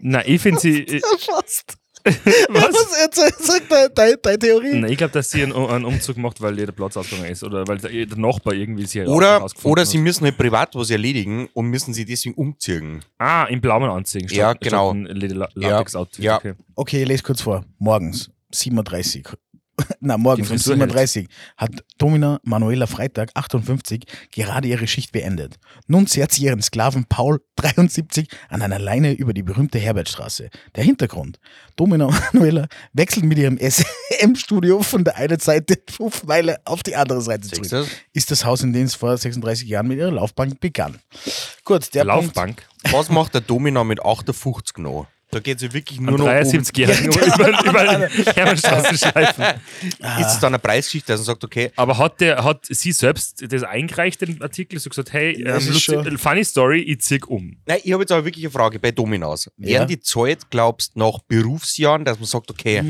[SPEAKER 3] Na, ich finde sie. äh,
[SPEAKER 1] Fast.
[SPEAKER 3] Was?
[SPEAKER 1] Was jetzt, jetzt sagt deine, deine, deine Theorie?
[SPEAKER 3] Na, ich glaube, dass sie einen, einen Umzug macht, weil ihr der Platz ausgegangen ist oder weil der, der Nachbar irgendwie sie
[SPEAKER 4] Oder,
[SPEAKER 3] rausgefunden
[SPEAKER 4] oder
[SPEAKER 3] hat.
[SPEAKER 4] sie müssen halt privat was erledigen und müssen sie deswegen umziehen.
[SPEAKER 3] Ah, im blauen Anzeigen.
[SPEAKER 4] Ja, genau. Ja,
[SPEAKER 3] Latex-Outfit.
[SPEAKER 4] ja.
[SPEAKER 3] Okay.
[SPEAKER 1] Okay, ich lese kurz vor. Morgens, 7.30 Uhr. Na, morgens
[SPEAKER 3] Die
[SPEAKER 1] um
[SPEAKER 3] Frisur
[SPEAKER 1] 7.30 Uhr hat Domina Manuela Freitag, 58, gerade ihre Schicht beendet. Nun zerrt sie ihren Sklaven Paul, 73, an einer Leine über die berühmte Herbertstraße. Der Hintergrund. Domina Manuela wechselt mit ihrem SM-Studio von der einen Seite fünf Meilen auf die andere Seite
[SPEAKER 4] Siehst
[SPEAKER 1] zurück.
[SPEAKER 4] du das?
[SPEAKER 1] Ist das Haus, in dem es vor 36 Jahren mit ihrer Laufbahn begann. Gut, der Punkt.
[SPEAKER 3] Laufbank.
[SPEAKER 4] Was macht der Domina mit 58 noch? Da geht sie wirklich nur
[SPEAKER 3] Nur
[SPEAKER 4] noch genau. um. Ist
[SPEAKER 3] 73-Jährigen über, über die Hermannstraße schleifen.
[SPEAKER 4] es dann eine Preisschicht, dass er sagt, okay,
[SPEAKER 3] Aber hat, der, hat sie selbst das eingereicht, den Artikel, so gesagt, hey,
[SPEAKER 1] Ja,
[SPEAKER 3] ähm,
[SPEAKER 1] es ist
[SPEAKER 3] lustig,
[SPEAKER 1] schon-
[SPEAKER 3] funny story, ich zieh um.
[SPEAKER 4] nein, ich habe jetzt aber wirklich eine Frage bei Dominas.
[SPEAKER 1] Ja.
[SPEAKER 4] Während die Zeit, glaubst du, nach Berufsjahren, dass man sagt, okay,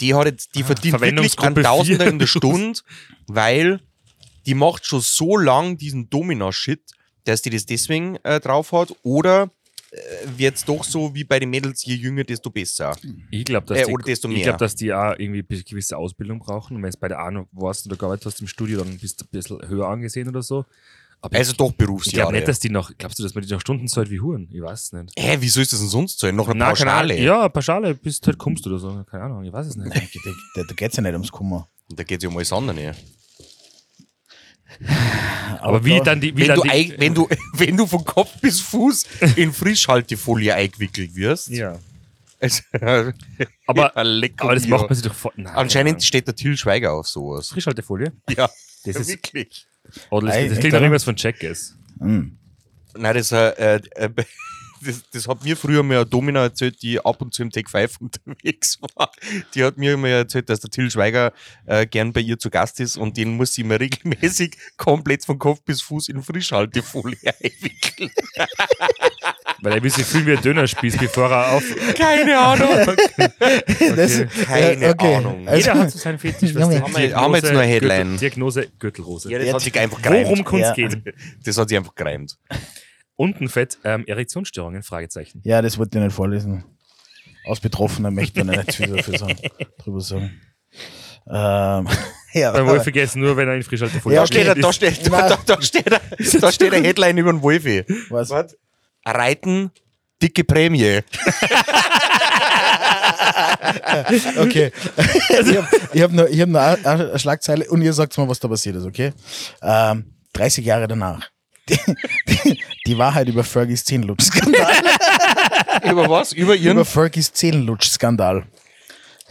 [SPEAKER 4] die hat jetzt, die verdient wirklich
[SPEAKER 3] Hm. Verwendungsgruppe
[SPEAKER 4] an Tausender
[SPEAKER 3] vier.
[SPEAKER 4] in der Stunde, weil die macht schon so lang diesen Domina-Shit, dass die das deswegen äh, drauf hat, oder äh, wird's doch so wie bei den Mädels, je jünger, desto besser.
[SPEAKER 3] Ich glaube,
[SPEAKER 4] Äh,
[SPEAKER 3] dass,
[SPEAKER 4] oder
[SPEAKER 3] die-
[SPEAKER 4] desto
[SPEAKER 3] ich
[SPEAKER 4] mehr.
[SPEAKER 3] glaub, dass die auch irgendwie eine gewisse Ausbildung brauchen. Und wenn es bei der Ahnung warst oder gearbeitet hast im Studio, dann bist du ein bisschen höher angesehen oder so. Aber
[SPEAKER 4] Also doch
[SPEAKER 3] ich glaube
[SPEAKER 4] Berufsjahre.
[SPEAKER 3] nicht, dass die noch, glaubst du, dass man die nach Stunden zahlt wie Huren? Ich weiß es nicht.
[SPEAKER 4] Hä, wieso ist das denn sonst so? Noch eine
[SPEAKER 3] Na, keine
[SPEAKER 4] Pauschale?
[SPEAKER 3] Ahnung. Ja, Pauschale, bis du halt kommst oder so. Keine Ahnung, ich weiß es nicht.
[SPEAKER 1] Da, da geht es ja nicht ums Kummer.
[SPEAKER 4] Da geht es ja um alles andere.
[SPEAKER 3] Aber wie
[SPEAKER 1] da-
[SPEAKER 3] dann die, wie
[SPEAKER 4] Wenn
[SPEAKER 3] dann
[SPEAKER 4] du,
[SPEAKER 3] die,
[SPEAKER 4] eig- wenn, du, wenn du von Kopf bis Fuß in Frischhaltefolie eingewickelt wirst.
[SPEAKER 3] ja.
[SPEAKER 4] Also,
[SPEAKER 3] Aber,
[SPEAKER 4] ja, leck
[SPEAKER 3] aber das
[SPEAKER 4] mir.
[SPEAKER 3] macht man sich doch vor. Nein,
[SPEAKER 4] Anscheinend steht der Till Schweiger auf sowas.
[SPEAKER 3] Frischhaltefolie.
[SPEAKER 4] Ja,
[SPEAKER 3] Das ist,
[SPEAKER 4] wirklich.
[SPEAKER 3] oh, das,
[SPEAKER 1] Ei,
[SPEAKER 3] das
[SPEAKER 1] echt,
[SPEAKER 3] klingt nach
[SPEAKER 1] oder?
[SPEAKER 3] irgendwas von Jack ist.
[SPEAKER 1] Hm.
[SPEAKER 4] Nein, das, äh, äh, das, das hat mir früher mal eine Domina erzählt, die ab und zu im Tech 5 unterwegs war. Die hat mir immer erzählt, dass der Till Schweiger äh, gern bei ihr zu Gast ist und den muss sie immer regelmäßig komplett von Kopf bis Fuß in Frischhaltefolie einwickeln.
[SPEAKER 3] Weil er will sich fühlen wie ein Dönerspieß, bevor er auf.
[SPEAKER 4] Keine Ahnung.
[SPEAKER 1] Das-
[SPEAKER 4] Keine
[SPEAKER 1] äh, okay.
[SPEAKER 4] Ahnung.
[SPEAKER 1] Also-
[SPEAKER 3] Jeder hat so seinen Fetisch. weißt du,
[SPEAKER 4] Haben wir- haben wir jetzt
[SPEAKER 3] Diagnose
[SPEAKER 4] nur eine Headline?
[SPEAKER 3] Gürtel- Diagnose Gürtelrose.
[SPEAKER 4] Ja, das hat sich einfach gereimt.
[SPEAKER 3] Worum kann es
[SPEAKER 1] Ja.
[SPEAKER 3] gehen?
[SPEAKER 4] Das hat sich einfach gereimt.
[SPEAKER 3] Unten fett ähm, Erektionsstörungen, Fragezeichen.
[SPEAKER 1] Ja, das wollte ich nicht vorlesen. Aus Betroffener möchte ich da nicht viel dafür sagen, drüber sagen. Ähm, ja,
[SPEAKER 3] Beim Wolfi geht es nur, wenn er in Frischhaltefolie
[SPEAKER 1] Ja,
[SPEAKER 4] Da
[SPEAKER 1] okay.
[SPEAKER 4] steht, er, da, steht, da, da, da, steht, er, da steht eine Headline über den Wolfi.
[SPEAKER 1] was?
[SPEAKER 4] Reiten dicke Prämie.
[SPEAKER 1] Okay. Also, ich habe ich hab nur, ich hab nur eine- eine Schlagzeile und ihr sagt mal, was da passiert ist, okay? Ähm, 30 Jahre danach. Die, die, die Wahrheit über Fergies Zehnlutsch-Skandal.
[SPEAKER 4] Über was? Über
[SPEAKER 1] Über
[SPEAKER 4] ihren.
[SPEAKER 1] Fergies Zehnlutsch-Skandal.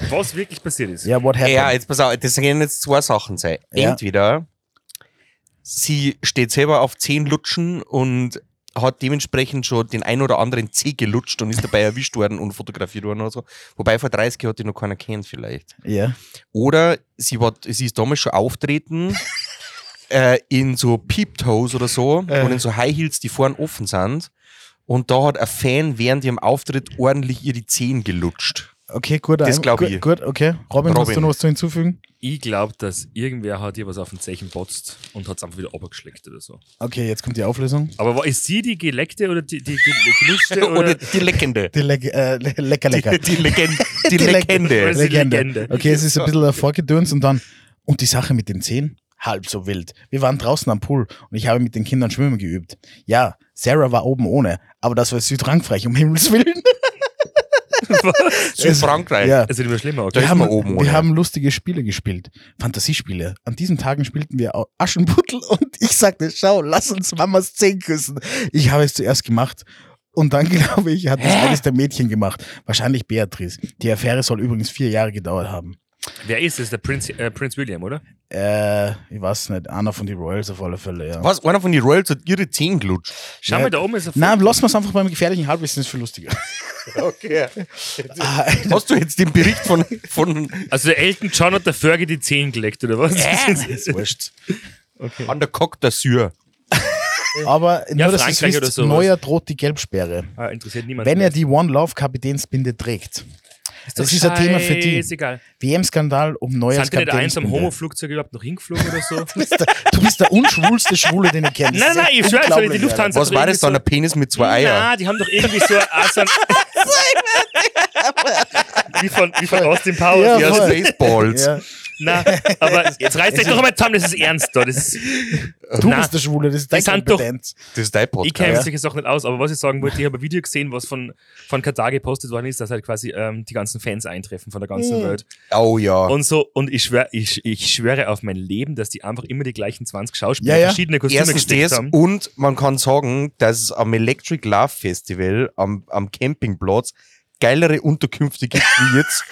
[SPEAKER 3] Was wirklich passiert ist.
[SPEAKER 1] Ja, what happened?
[SPEAKER 4] Ja, jetzt pass auf, das können jetzt zwei Sachen sein.
[SPEAKER 1] Ja.
[SPEAKER 4] Entweder sie steht selber auf 10 Lutschen und hat dementsprechend schon den ein oder anderen Zeh gelutscht und ist dabei erwischt worden und fotografiert worden oder so. Wobei vor 30 Jahren hat die noch keiner kennt vielleicht.
[SPEAKER 1] Ja.
[SPEAKER 4] Oder sie, war, sie ist damals schon auftreten äh, in so Peep-Toes oder so und in so High Heels, die vorne offen sind. Und da hat ein Fan während ihrem Auftritt ordentlich ihre Zehen gelutscht.
[SPEAKER 1] Okay, gut.
[SPEAKER 4] Das
[SPEAKER 1] ein-
[SPEAKER 4] glaub
[SPEAKER 1] gut,
[SPEAKER 4] ich.
[SPEAKER 1] Gut, okay. Robin, hast du
[SPEAKER 4] Robin.
[SPEAKER 1] noch was zu hinzufügen?
[SPEAKER 3] Ich glaube, dass irgendwer hat ihr was auf ein Zeichen botzt und hat es einfach wieder abgeschleckt oder so.
[SPEAKER 1] Okay, jetzt kommt die Auflösung.
[SPEAKER 3] Aber war, ist sie die Geleckte oder die, die, die Geluschte oder,
[SPEAKER 4] Oder die Leckende.
[SPEAKER 1] Die Leg äh, Le lecker, lecker.
[SPEAKER 4] Die, Legende. die
[SPEAKER 1] Die Leg-
[SPEAKER 4] Legende.
[SPEAKER 3] Das ist die Legende.
[SPEAKER 1] Okay, es ist ein bisschen vorgedöns und dann, und die Sache mit den Zehen? Halb so wild. Wir waren draußen am Pool und ich habe mit den Kindern schwimmen geübt. Ja, Sarah war oben ohne, aber das war Südfrankreich, um Himmels Willen.
[SPEAKER 4] Südfrankreich.
[SPEAKER 1] Ja.
[SPEAKER 3] Also die war schlimmer. Okay.
[SPEAKER 4] Da
[SPEAKER 1] Wir
[SPEAKER 4] ist
[SPEAKER 1] haben,
[SPEAKER 4] man oben
[SPEAKER 1] wir
[SPEAKER 4] ohne.
[SPEAKER 1] haben lustige Spiele gespielt, Fantasiespiele. An diesen Tagen spielten wir Au- Aschenputtel und ich sagte, schau, lass uns Mamas Zehen küssen. Ich habe es zuerst gemacht und dann, glaube ich, hat es eines der Mädchen gemacht. Wahrscheinlich Beatrice. Die Affäre soll übrigens vier Jahre gedauert haben.
[SPEAKER 3] Wer ist es? Der Prinz, äh, Prinz William, oder?
[SPEAKER 1] Äh, ich weiß nicht, einer von den Royals auf alle Fälle, ja.
[SPEAKER 4] Was? Einer von den Royals hat ihre Zehen gelutscht.
[SPEAKER 3] Schau
[SPEAKER 1] Ja.
[SPEAKER 3] mal, da oben ist ein
[SPEAKER 1] Na, lassen wir es einfach beim gefährlichen Halbwissen, ist viel lustiger.
[SPEAKER 4] Okay.
[SPEAKER 1] Ah,
[SPEAKER 4] Hast du jetzt den Bericht von, von
[SPEAKER 3] Also der Elton John hat der Fergie die Zehen geleckt, oder was?
[SPEAKER 1] ist wurscht.
[SPEAKER 4] An der Coq d'Azur?
[SPEAKER 1] Aber nur, dass ihr
[SPEAKER 3] Frankreich oder
[SPEAKER 1] wisst,
[SPEAKER 3] sowas.
[SPEAKER 1] Neuer droht die Gelbsperre.
[SPEAKER 3] Ah, interessiert niemanden.
[SPEAKER 1] Wenn er
[SPEAKER 3] mehr.
[SPEAKER 1] die One Love Kapitänsbinde trägt.
[SPEAKER 3] doch
[SPEAKER 1] das ist ein Thema für die.
[SPEAKER 3] scheißegal.
[SPEAKER 1] WM-Skandal um Neuer
[SPEAKER 3] Sind die nicht eins am
[SPEAKER 1] Kapitänsbinde.
[SPEAKER 3] Homo-Flugzeug überhaupt noch hingeflogen oder so?
[SPEAKER 1] Du bist der- Du bist der unschwulste Schwule, den ich kenne.
[SPEAKER 3] Nein, nein, ich schwöre, sorry, die Lufthansa-
[SPEAKER 4] Was
[SPEAKER 3] Also
[SPEAKER 4] war
[SPEAKER 3] irgendwie
[SPEAKER 4] das dann?
[SPEAKER 3] so-
[SPEAKER 4] Ein Penis mit zwei Eiern?
[SPEAKER 3] Na, die haben doch irgendwie so, ein- so ein wie, von, wie von Austin
[SPEAKER 1] Ja,
[SPEAKER 3] Powers. Ja,
[SPEAKER 4] Ja,
[SPEAKER 1] voll.
[SPEAKER 4] Spaceballs.
[SPEAKER 1] Ja.
[SPEAKER 3] Na, aber jetzt reißt euch doch einmal zusammen, das ist ernst da. Das ist,
[SPEAKER 1] Du
[SPEAKER 3] Na,
[SPEAKER 1] bist der Schwule, das ist deine
[SPEAKER 3] die sind doch-
[SPEAKER 1] Kompetenz.
[SPEAKER 4] Das ist dein
[SPEAKER 3] ich kenne
[SPEAKER 4] Podcast.
[SPEAKER 3] mich solche Sachen nicht aus, aber was ich sagen wollte, ich habe ein Video gesehen, was von, von Katar gepostet worden ist, dass halt quasi ähm, die ganzen Fans eintreffen von der ganzen Welt.
[SPEAKER 4] Oh ja.
[SPEAKER 3] Und so, und ich, schwör, ich, ich schwöre auf mein Leben, dass die einfach immer die gleichen 20 Schauspieler
[SPEAKER 1] Ja, ja.
[SPEAKER 3] verschiedene Kostüme
[SPEAKER 4] Erstens
[SPEAKER 3] gesteckt
[SPEAKER 4] das
[SPEAKER 3] haben.
[SPEAKER 4] und man kann sagen, dass es am Electric Love Festival am, am Campingplatz geilere Unterkünfte gibt wie jetzt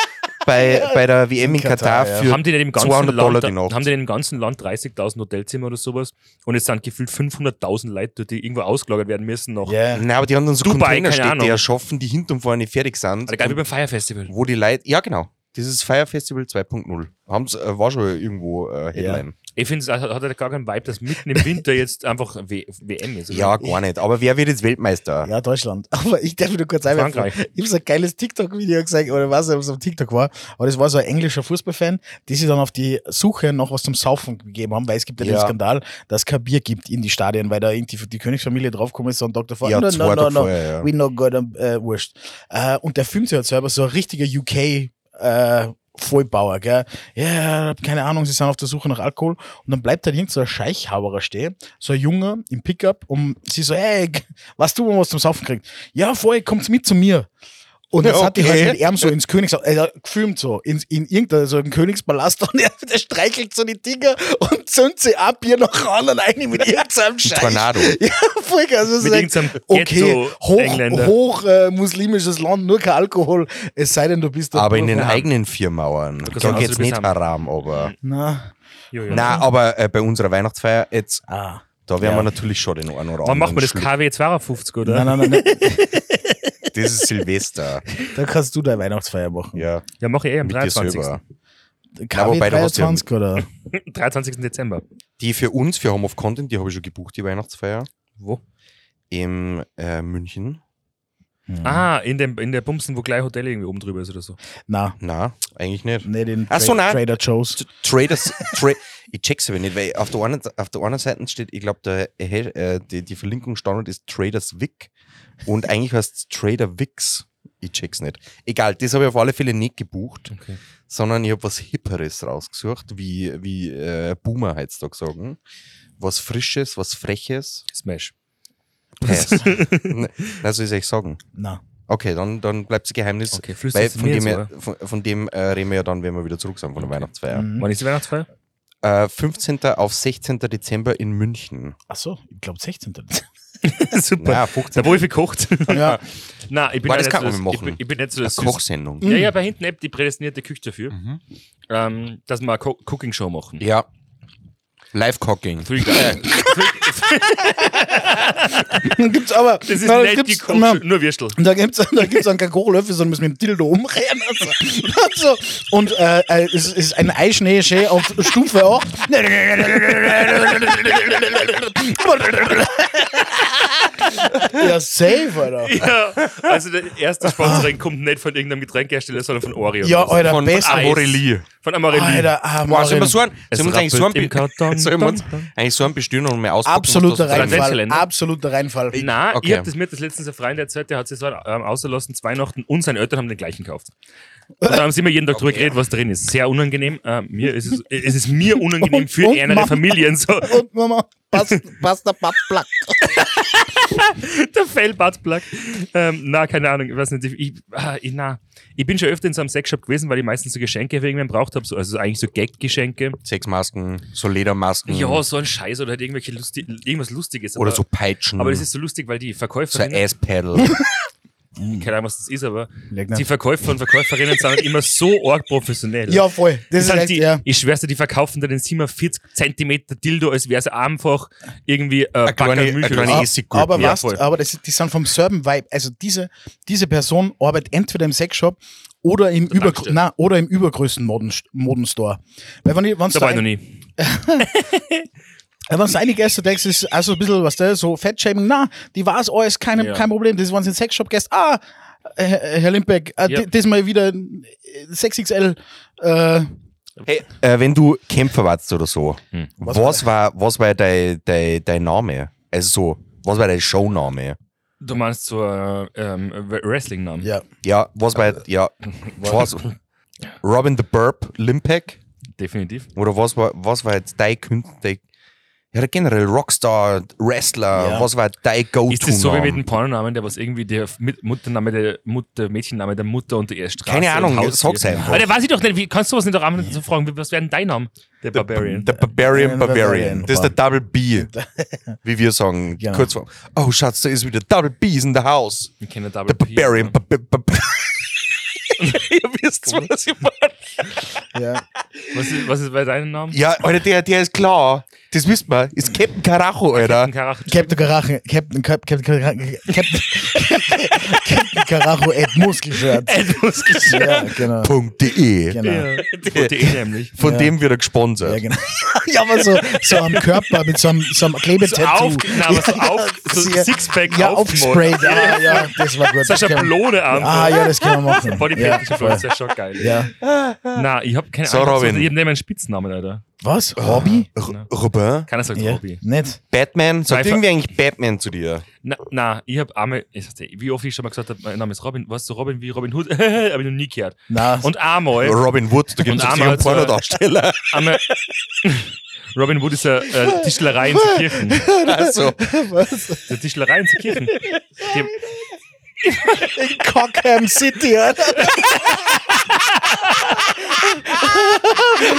[SPEAKER 4] bei, bei der WM in
[SPEAKER 1] Katar,
[SPEAKER 4] Katar,
[SPEAKER 1] ja.
[SPEAKER 4] für
[SPEAKER 3] haben die denn im ganzen
[SPEAKER 4] 200 Dollar
[SPEAKER 3] Land,
[SPEAKER 4] die Nacht.
[SPEAKER 3] haben die denn im ganzen Land 30.000 Hotelzimmer oder sowas und es sind gefühlt 500.000 Leute, die irgendwo ausgelagert werden müssen noch.
[SPEAKER 1] Ja.
[SPEAKER 4] Nein, aber die haben dann so
[SPEAKER 3] Dubai, keine
[SPEAKER 4] Containerstädte
[SPEAKER 3] Ahnung.
[SPEAKER 4] erschaffen, die hinten und vorne fertig sind.
[SPEAKER 3] Also geil wie beim Fire Festival.
[SPEAKER 4] wo die Leute, ja genau, dieses Fire Festival 2.0. Haben's, äh, war schon irgendwo äh, Headline.
[SPEAKER 3] Ich finde, es hat hat halt gar keinen Vibe, dass mitten im Winter jetzt einfach w WM ist. oder?
[SPEAKER 4] Ja, gar nicht. Aber wer wird jetzt Weltmeister?
[SPEAKER 1] Ja, Deutschland. Aber ich darf nur kurz einwerfen. Ich
[SPEAKER 3] Frankreich.
[SPEAKER 1] habe so ein geiles TikTok-Video gesagt, oder was, ob es auf TikTok war. Aber das war so ein englischer Fußballfan, die sich dann auf die Suche nach was zum Saufen gegeben haben, weil es gibt ja, den
[SPEAKER 4] Ja.
[SPEAKER 1] Skandal, dass es kein Bier gibt in die Stadien, weil da irgendwie die Königsfamilie draufgekommen ist und Dr. Vor,
[SPEAKER 4] Ja,
[SPEAKER 1] no,
[SPEAKER 4] zwei
[SPEAKER 1] no, no,
[SPEAKER 4] Tage
[SPEAKER 1] no,
[SPEAKER 4] vorher, ja.
[SPEAKER 1] we no good, um, äh, wurscht. Äh, und der filmt sich halt selber so ein richtiger UK, äh, Vollbauer, gell? Ja, keine Ahnung, sie sind auf der Suche nach Alkohol. Und dann bleibt halt irgend so ein Scheichhauerer stehen, so ein Junge im Pickup und sie so, ey, weißt du, wo man was zum Saufen kriegt? Ja, voll, kommt mit zu mir. Und das
[SPEAKER 4] Ja,
[SPEAKER 1] hat die
[SPEAKER 4] okay.
[SPEAKER 1] halt mit ihm so ins Königs, äh, gefilmt so, in, in irgendeinem so im Königspalast und er der streichelt so die Dinger und zündet sie ab, hier noch ran und eine mit irgendeinem Scheiß.
[SPEAKER 4] Tornado.
[SPEAKER 1] Ja, voll geil. Also, so
[SPEAKER 3] Mit
[SPEAKER 1] denkt,
[SPEAKER 3] irgendeinem
[SPEAKER 1] okay, hoch,
[SPEAKER 3] Ghetto-Engländer.
[SPEAKER 1] hoch äh, muslimisches Land, nur kein Alkohol, es sei denn, du bist der
[SPEAKER 4] Aber in den
[SPEAKER 1] Pur-
[SPEAKER 4] eigenen vier Mauern.
[SPEAKER 3] kannst
[SPEAKER 4] Da
[SPEAKER 3] sagen,
[SPEAKER 4] geht's
[SPEAKER 3] also du bist
[SPEAKER 4] nicht
[SPEAKER 3] am-
[SPEAKER 4] haram, aber.
[SPEAKER 1] Na,
[SPEAKER 3] Jo, jo.
[SPEAKER 4] Nein, aber äh, bei unserer Weihnachtsfeier, jetzt,
[SPEAKER 1] ah.
[SPEAKER 4] da werden
[SPEAKER 1] Ja.
[SPEAKER 4] wir natürlich schon den einen oder anderen.
[SPEAKER 3] Wann macht man das?
[SPEAKER 4] Schluck.
[SPEAKER 3] KW 52, oder?
[SPEAKER 1] Nein, nein, nein, nein.
[SPEAKER 4] Das ist Silvester.
[SPEAKER 1] da kannst du deine Weihnachtsfeier machen.
[SPEAKER 4] ja,
[SPEAKER 3] Ja, mache ich eh am
[SPEAKER 4] mit dir
[SPEAKER 3] 23.
[SPEAKER 4] selber.
[SPEAKER 1] KW
[SPEAKER 4] wobei, da hast du ja-
[SPEAKER 1] 23 oder?
[SPEAKER 3] 23. Dezember.
[SPEAKER 4] Die für uns, für Home of Content, die habe ich schon gebucht, die Weihnachtsfeier.
[SPEAKER 3] Wo?
[SPEAKER 4] Im äh, München.
[SPEAKER 3] Ah, in, dem, in der Bumsen, wo gleich Hotel irgendwie oben drüber ist oder so.
[SPEAKER 1] Na,
[SPEAKER 4] Na, eigentlich nicht.
[SPEAKER 1] nee, den
[SPEAKER 4] Ach so,
[SPEAKER 1] Tra-
[SPEAKER 4] nein.
[SPEAKER 1] Trader Joe's.
[SPEAKER 4] T- Traders, tra ich check's aber nicht, weil auf der einen, auf der einen Seite steht, ich glaube, der, Hash- äh, die, die Verlinkung Standard ist Traders Wick und eigentlich heißt es Trader Wix. Ich check's nicht. Egal, das habe ich auf alle Fälle nicht gebucht,
[SPEAKER 3] Okay.
[SPEAKER 4] sondern ich habe was Hipperes rausgesucht, wie, wie äh, Boomer heutzutage sagen. Was Frisches, was Freches.
[SPEAKER 3] Smash.
[SPEAKER 4] Pass. Ne, Na, soll ich euch sagen?
[SPEAKER 1] Na.
[SPEAKER 4] Okay, dann, dann bleibt das Geheimnis.
[SPEAKER 3] Okay, flüstert
[SPEAKER 4] Weil
[SPEAKER 3] es
[SPEAKER 4] von
[SPEAKER 3] mir
[SPEAKER 4] dem,
[SPEAKER 3] jetzt,
[SPEAKER 4] her- von, von dem äh, reden wir ja dann, wenn wir wieder zurück sind von der Weihnachtsfeier.
[SPEAKER 1] Mhm.
[SPEAKER 3] Wann ist die Weihnachtsfeier?
[SPEAKER 4] Äh, 15. auf 16. Dezember in München.
[SPEAKER 1] Ach so, ich glaube 16.
[SPEAKER 3] Super.
[SPEAKER 4] Ja,
[SPEAKER 3] Der
[SPEAKER 4] 15.
[SPEAKER 3] Wolfi kocht.
[SPEAKER 1] ja.
[SPEAKER 3] Nein, ich bin,
[SPEAKER 4] Boah,
[SPEAKER 3] ja
[SPEAKER 4] das
[SPEAKER 3] nicht
[SPEAKER 4] kann
[SPEAKER 3] so
[SPEAKER 4] man
[SPEAKER 3] das-
[SPEAKER 4] machen.
[SPEAKER 3] ich bin, ich bin nicht so
[SPEAKER 4] Eine
[SPEAKER 3] das Süß-
[SPEAKER 4] Kochsendung.
[SPEAKER 3] Ja, ja, bei hinten habt die prädestinierte Küche dafür, ähm, dass wir eine Co Cooking-Show machen.
[SPEAKER 4] Ja. Live-Cooking.
[SPEAKER 3] Fühl ich geil.
[SPEAKER 1] Dann gibt's aber.
[SPEAKER 3] Das ist
[SPEAKER 1] na, dann
[SPEAKER 3] nicht die
[SPEAKER 1] gibt's, na,
[SPEAKER 3] Kochshow, nur Würstel.
[SPEAKER 1] da gibt's, da gibt's einen Kakaolöffel, sondern müssen mit dem Dildo umrennen. Also, also, und äh, äh, es ist ein Eischnee schön auf Stufe 8. ja, safe, Alter.
[SPEAKER 3] Ja, also der erste Sponsoring kommt nicht von irgendeinem Getränkehersteller, sondern von Oreo.
[SPEAKER 1] Ja, Alter,
[SPEAKER 4] Von
[SPEAKER 1] best.
[SPEAKER 3] Eis.
[SPEAKER 4] Amorelie.
[SPEAKER 3] Von Amarelli.
[SPEAKER 1] Alter, ah,
[SPEAKER 4] Boah, sollen wir
[SPEAKER 1] Marvin.
[SPEAKER 4] so einen,
[SPEAKER 3] Es
[SPEAKER 4] sollen wir uns eigentlich so
[SPEAKER 3] rappelt im Karton,
[SPEAKER 4] einen, sollen wir uns
[SPEAKER 3] dun, dun.
[SPEAKER 4] eigentlich so einen bestellen und mal auspacken?
[SPEAKER 1] Absoluter
[SPEAKER 4] was das-
[SPEAKER 3] Reinfall.
[SPEAKER 1] Reinfall.
[SPEAKER 3] Länder?
[SPEAKER 1] Absoluter Reinfall.
[SPEAKER 3] Nein,
[SPEAKER 4] Okay.
[SPEAKER 3] ich hab das mir das letztens ein Freund erzählt, der hat sich so ähm, ausgelassen, zu Weihnachten und seine Eltern haben den gleichen gekauft. Und da haben sie immer jeden Tag drüber geredet, was drin ist. Sehr unangenehm. Ähm, mir ist es, es ist mir unangenehm
[SPEAKER 1] Und-
[SPEAKER 3] für
[SPEAKER 1] und
[SPEAKER 3] ärmere
[SPEAKER 1] Mama.
[SPEAKER 3] Familien. So,
[SPEAKER 1] Und Mama, passt, passt der Pappplack.
[SPEAKER 3] der Fellbuttplug. Ähm, na, keine Ahnung, ich weiß nicht. Ich, ich- ah, ich, na, ich bin schon öfter in so einem Sexshop gewesen, weil ich meistens so Geschenke für irgendwen braucht habe. So, also eigentlich so Gag-Geschenke.
[SPEAKER 4] Mhm. Sexmasken, so Ledermasken.
[SPEAKER 3] Ja, so ein Scheiß oder halt irgendwelche Lusti irgendwas Lustiges.
[SPEAKER 4] Oder
[SPEAKER 3] aber,
[SPEAKER 4] so Peitschen.
[SPEAKER 3] Aber das ist so lustig, weil die
[SPEAKER 4] so ein
[SPEAKER 3] Verkäuferinnen,
[SPEAKER 4] Ass-Paddle.
[SPEAKER 3] keine Ahnung, was das ist, aber
[SPEAKER 1] Hm. Leck, ne?
[SPEAKER 3] die Verkäufer und Verkäuferinnen sind halt immer so arg professionell.
[SPEAKER 1] Ja, voll. Das
[SPEAKER 3] Das
[SPEAKER 1] ist
[SPEAKER 3] sind
[SPEAKER 1] echt,
[SPEAKER 3] die,
[SPEAKER 1] ja.
[SPEAKER 3] Ich schwör's dir, die verkaufen da den 47 cm Dildo, als wäre es einfach irgendwie äh, Backer
[SPEAKER 4] kleine-
[SPEAKER 3] Milch
[SPEAKER 4] eine
[SPEAKER 3] oder
[SPEAKER 4] kleine
[SPEAKER 3] so.
[SPEAKER 4] ist sie gut,
[SPEAKER 1] aber
[SPEAKER 3] ja,
[SPEAKER 1] was, äh,
[SPEAKER 3] voll.
[SPEAKER 1] aber das, ist- die sind vom Serben Vibe. Also diese, diese Person arbeitet entweder im Sexshop oder im, Übergr
[SPEAKER 3] Tankstelle.
[SPEAKER 1] na, oder im übergrößten Moden, Modenstore. Weil wenn ich, wenn's
[SPEAKER 3] Da war ich noch
[SPEAKER 1] ein-
[SPEAKER 3] nie.
[SPEAKER 1] wenn du reingehst, du denkst, es ist also ein bisschen, was da, so Fettshaming, na, die war es alles, kein,
[SPEAKER 3] Ja.
[SPEAKER 1] kein Problem. Das waren sie in den Sexshop gehst, ah, Herr Herr Limbeck, äh,
[SPEAKER 3] Ja.
[SPEAKER 1] d- das mal wieder äh, 6XL, äh,
[SPEAKER 4] Hey, äh, wenn du Kämpfer warst oder so,
[SPEAKER 3] Hm.
[SPEAKER 4] was, war, was war dein, dein, dein Name? Also so, was war dein Showname?
[SPEAKER 3] Du meinst so äh, ähm, Wrestling-Namen.
[SPEAKER 1] ja.
[SPEAKER 4] Ja, was war, ja, was? Robin the Burp, Limpak?
[SPEAKER 3] Definitiv.
[SPEAKER 4] Oder was war, was war jetzt dein Künstler? Ja, generell Rockstar, Wrestler,
[SPEAKER 1] Ja.
[SPEAKER 4] was war dein go to
[SPEAKER 3] Ist das so wie mit dem Pornonamen, der was irgendwie der F- mit Muttername der Mutter, Mädchenname der Mutter und der Straße
[SPEAKER 4] Keine Ahnung,
[SPEAKER 3] und Haus-
[SPEAKER 4] sag's einfach.
[SPEAKER 3] Aber der weiß ich doch nicht, wie, kannst du sowas nicht auch anderen so fragen, wie- was wäre denn dein Name? Der Barbarian.
[SPEAKER 4] Der Barbarian
[SPEAKER 1] Der
[SPEAKER 4] Barbarian.
[SPEAKER 1] Barbarian.
[SPEAKER 4] Das ist der Double B, wie wir sagen.
[SPEAKER 1] Genau.
[SPEAKER 4] Kurz vor. Oh, Schatz, da ist wieder Double B's in the house.
[SPEAKER 3] Ich kenne
[SPEAKER 4] Der
[SPEAKER 3] Double P,
[SPEAKER 4] Barbarian.
[SPEAKER 3] aber-
[SPEAKER 4] Ba- ba- ba- Ihr wisst, was ich meine.
[SPEAKER 1] ja.
[SPEAKER 3] Was ist, was ist bei deinem Namen?
[SPEAKER 4] Ja, Alter, der, der ist klar. Das wisst man. Ist Captain Caracho, Alter.
[SPEAKER 3] Ein Charakter.
[SPEAKER 1] Captain Karacho, Captain, Cap- Captain Karacho, Captain, Captain Karacho, Ed Muskelshirt.
[SPEAKER 3] Edward
[SPEAKER 1] Ja, genau.
[SPEAKER 4] .de.
[SPEAKER 1] genau. Ja.
[SPEAKER 3] .de nämlich.
[SPEAKER 4] E. Von dem wird er gesponsert.
[SPEAKER 1] genau. ja, aber so, so am Körper mit so einem, so einem
[SPEAKER 3] So
[SPEAKER 1] Klebetattoo.
[SPEAKER 3] auf, na, aber so auf, so
[SPEAKER 1] Ja,
[SPEAKER 3] Sixpack
[SPEAKER 1] ja,
[SPEAKER 3] aufgemalt.
[SPEAKER 1] aufsprayt. Ah, ja, das war gut. Das
[SPEAKER 3] Sascha
[SPEAKER 1] können wir-
[SPEAKER 3] Blone an.
[SPEAKER 1] ah, ja, das können wir machen.
[SPEAKER 3] Bodypaint
[SPEAKER 1] ja,
[SPEAKER 3] ja, das
[SPEAKER 1] voll.
[SPEAKER 3] wäre schon geil.
[SPEAKER 1] ja.
[SPEAKER 3] Na, ich hab keine
[SPEAKER 4] So,
[SPEAKER 3] Ahnung.
[SPEAKER 4] Robin.
[SPEAKER 3] Ich hab nicht meinen Spitznamen, Alter.
[SPEAKER 1] Was? Hobby?
[SPEAKER 3] Ne.
[SPEAKER 4] R Robin?
[SPEAKER 3] Keiner sagt
[SPEAKER 1] Ja,
[SPEAKER 3] Ah, Hobby.
[SPEAKER 1] nicht.
[SPEAKER 4] Batman? Sagt
[SPEAKER 3] Zweifel-
[SPEAKER 4] irgendwie eigentlich Batman zu dir?
[SPEAKER 3] Na, na, ich hab einmal, ich sag's dir, wie oft ich schon mal gesagt habe, mein Name ist Robin, warst du Robin wie Robin Hood? hab ich noch nie gehört.
[SPEAKER 1] Na,
[SPEAKER 3] Und einmal,
[SPEAKER 4] Äh, Robin Wood, da gibt
[SPEAKER 3] Und äh,
[SPEAKER 4] es
[SPEAKER 3] einmal
[SPEAKER 4] einen
[SPEAKER 3] so-
[SPEAKER 4] Pornodarsteller.
[SPEAKER 3] einmal Robin Hood ist eine äh, Tischlerei in Kirchen.
[SPEAKER 4] Also,
[SPEAKER 3] Eine Tischlerei in Kirchen.
[SPEAKER 1] Cockham City, Alter.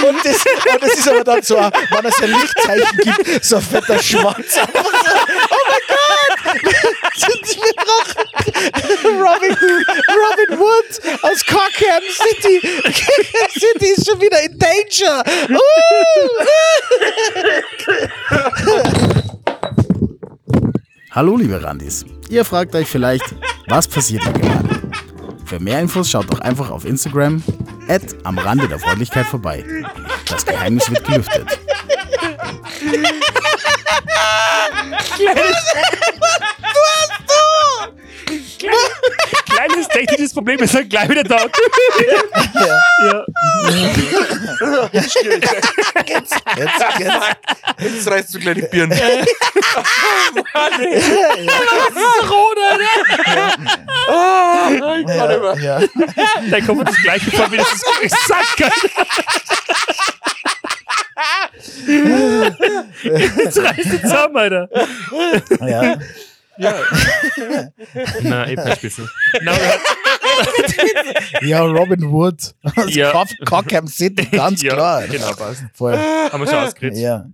[SPEAKER 1] Und das, und das ist aber dann so, ein- wenn es ein Lichtzeichen gibt, so ein fetter Schwanz. Einfach so, oh mein Gott! Robin, Robin Wood aus Cockham City. Cockham City ist schon wieder in danger. Hallo, liebe Randis. Ihr fragt euch vielleicht, was passiert hier gerade? Für mehr Infos schaut doch einfach auf Instagram at am Rande der Freundlichkeit vorbei. Das Geheimnis wird gelüftet.
[SPEAKER 3] Kleines technisches Problem, wir sind gleich wieder da. Ja.
[SPEAKER 1] Jetzt, jetzt.
[SPEAKER 4] jetzt reißt du gleich die Birne.
[SPEAKER 3] Äh, ne?
[SPEAKER 1] Ja.
[SPEAKER 3] Dann kommt das gleiche vor, wie das ist Sack. Jetzt reißt es zusammen, Alter.
[SPEAKER 1] Ja.
[SPEAKER 5] Nein, Eppenspitzen.
[SPEAKER 3] Nein, wir hatten-
[SPEAKER 1] Ja, Robin Wood aus
[SPEAKER 3] Ja.
[SPEAKER 1] ja. Cockham City, ganz
[SPEAKER 3] ja,
[SPEAKER 1] klar.
[SPEAKER 3] Genau, passt.
[SPEAKER 1] Voll.
[SPEAKER 3] Haben wir schon ausgeredet.
[SPEAKER 1] Ja.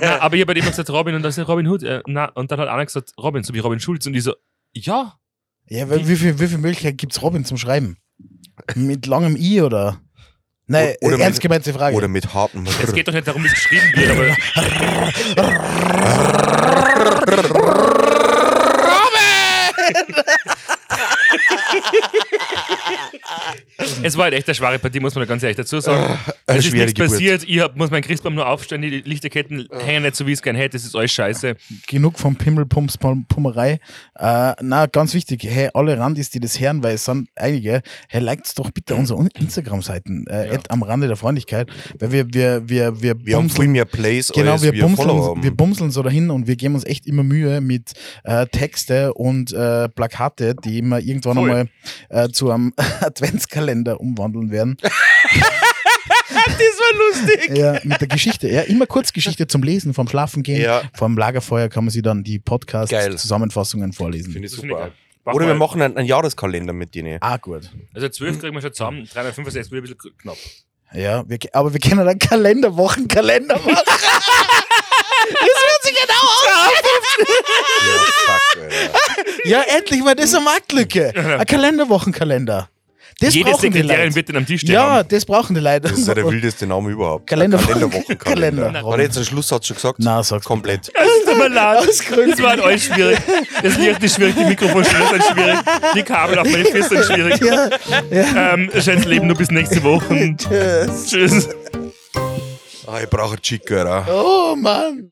[SPEAKER 3] Nein, aber ich habe halt immer gesagt, Robin, und das ist Robin Hood. Äh, na, und dann hat einer gesagt, Robin, so wie Robin Schulz. Und ich so, ja.
[SPEAKER 1] Ja, wie, wie, viel, wie viel Möglichkeiten gibt's Robin zum Schreiben? Mit langem I oder? Nein,
[SPEAKER 4] O- oder
[SPEAKER 1] ernst
[SPEAKER 4] mit-
[SPEAKER 1] gemeinte Frage.
[SPEAKER 4] Oder mit harten
[SPEAKER 3] Es geht doch nicht darum, wie es geschrieben wird, aber es war halt echt eine schwere Partie, muss man da ganz ehrlich dazu
[SPEAKER 1] Äh,
[SPEAKER 3] sagen.
[SPEAKER 4] Eine
[SPEAKER 3] es ist
[SPEAKER 4] schwere
[SPEAKER 3] nichts
[SPEAKER 4] Geburt. Ah.
[SPEAKER 3] passiert, ich hab, muss meinen Christbaum nur aufstellen, die Lichterketten hängen nicht so, wie ich es gern hätte, das ist alles scheiße.
[SPEAKER 1] Genug vom Pimmelpumps Pum- Pummerei. Äh, na, ganz wichtig, hey, alle Randis, die das hören, weil es sind einige, hey, liked doch bitte unsere Instagram-Seiten, äh, at am Rande der Freundlichkeit, weil wir, wir, wir, wir,
[SPEAKER 4] Wir haben
[SPEAKER 1] bumseln-
[SPEAKER 4] viel mehr Plays
[SPEAKER 1] Genau,
[SPEAKER 4] als
[SPEAKER 1] wir,
[SPEAKER 4] Follower
[SPEAKER 1] bumseln,
[SPEAKER 4] haben.
[SPEAKER 1] wir bumseln so dahin und wir geben uns echt immer Mühe mit äh, Texte und äh, Plakate, die wir irgendwann
[SPEAKER 3] Voll.
[SPEAKER 1] einmal äh, zu einem Adventskalender umwandeln werden.
[SPEAKER 3] Das war lustig!
[SPEAKER 1] ja, mit der Geschichte. Ja, immer Kurzgeschichte zum Lesen, vom Schlafengehen,
[SPEAKER 4] Ja.
[SPEAKER 1] vom Lagerfeuer kann man sich dann die
[SPEAKER 4] Geil.
[SPEAKER 1] Podcast-Zusammenfassungen vorlesen.
[SPEAKER 4] Finde ich
[SPEAKER 3] Das finde ich
[SPEAKER 4] super.
[SPEAKER 3] geil. Mach
[SPEAKER 4] Oder wir
[SPEAKER 3] mal.
[SPEAKER 4] machen einen, einen Jahreskalender mit ne? denen.
[SPEAKER 1] Ah, gut.
[SPEAKER 3] Also 12 kriegen wir schon zusammen, 365 wird ein bisschen knapp.
[SPEAKER 1] Ja, wir, aber wir können dann Kalender, Wochenkalender machen. genau
[SPEAKER 4] Ja, fuck, Alter.
[SPEAKER 1] ja, endlich mal, das ist eine Marktlücke. Ein Kalenderwochenkalender. Das
[SPEAKER 3] Jede
[SPEAKER 1] brauchen die
[SPEAKER 3] Sekretärin
[SPEAKER 1] Leute.
[SPEAKER 3] wird dann am Tisch stehen.
[SPEAKER 1] Ja,
[SPEAKER 3] haben.
[SPEAKER 1] das brauchen die Leute.
[SPEAKER 4] Das ist ja der wildeste Name überhaupt.
[SPEAKER 1] Kalender-
[SPEAKER 4] Kalenderwochenkalender.
[SPEAKER 1] Kalender.
[SPEAKER 4] Hat er jetzt den Schlusssatz schon gesagt?
[SPEAKER 1] Na, sag's
[SPEAKER 4] Komplett.
[SPEAKER 3] Es tut mir leid.
[SPEAKER 1] Ausgerückt.
[SPEAKER 3] Das war halt alles schwierig. Das Licht ist schwierig, die Mikrofonstelle sind schwierig, die Kabel auf meine Füße sind schwierig.
[SPEAKER 1] Ja,
[SPEAKER 3] Ähm, schönes Leben, nur bis nächste Woche.
[SPEAKER 1] tschüss.
[SPEAKER 3] Tschüss.
[SPEAKER 4] Ah, ich brauche einen Chick, Alter.
[SPEAKER 1] Oh Mann.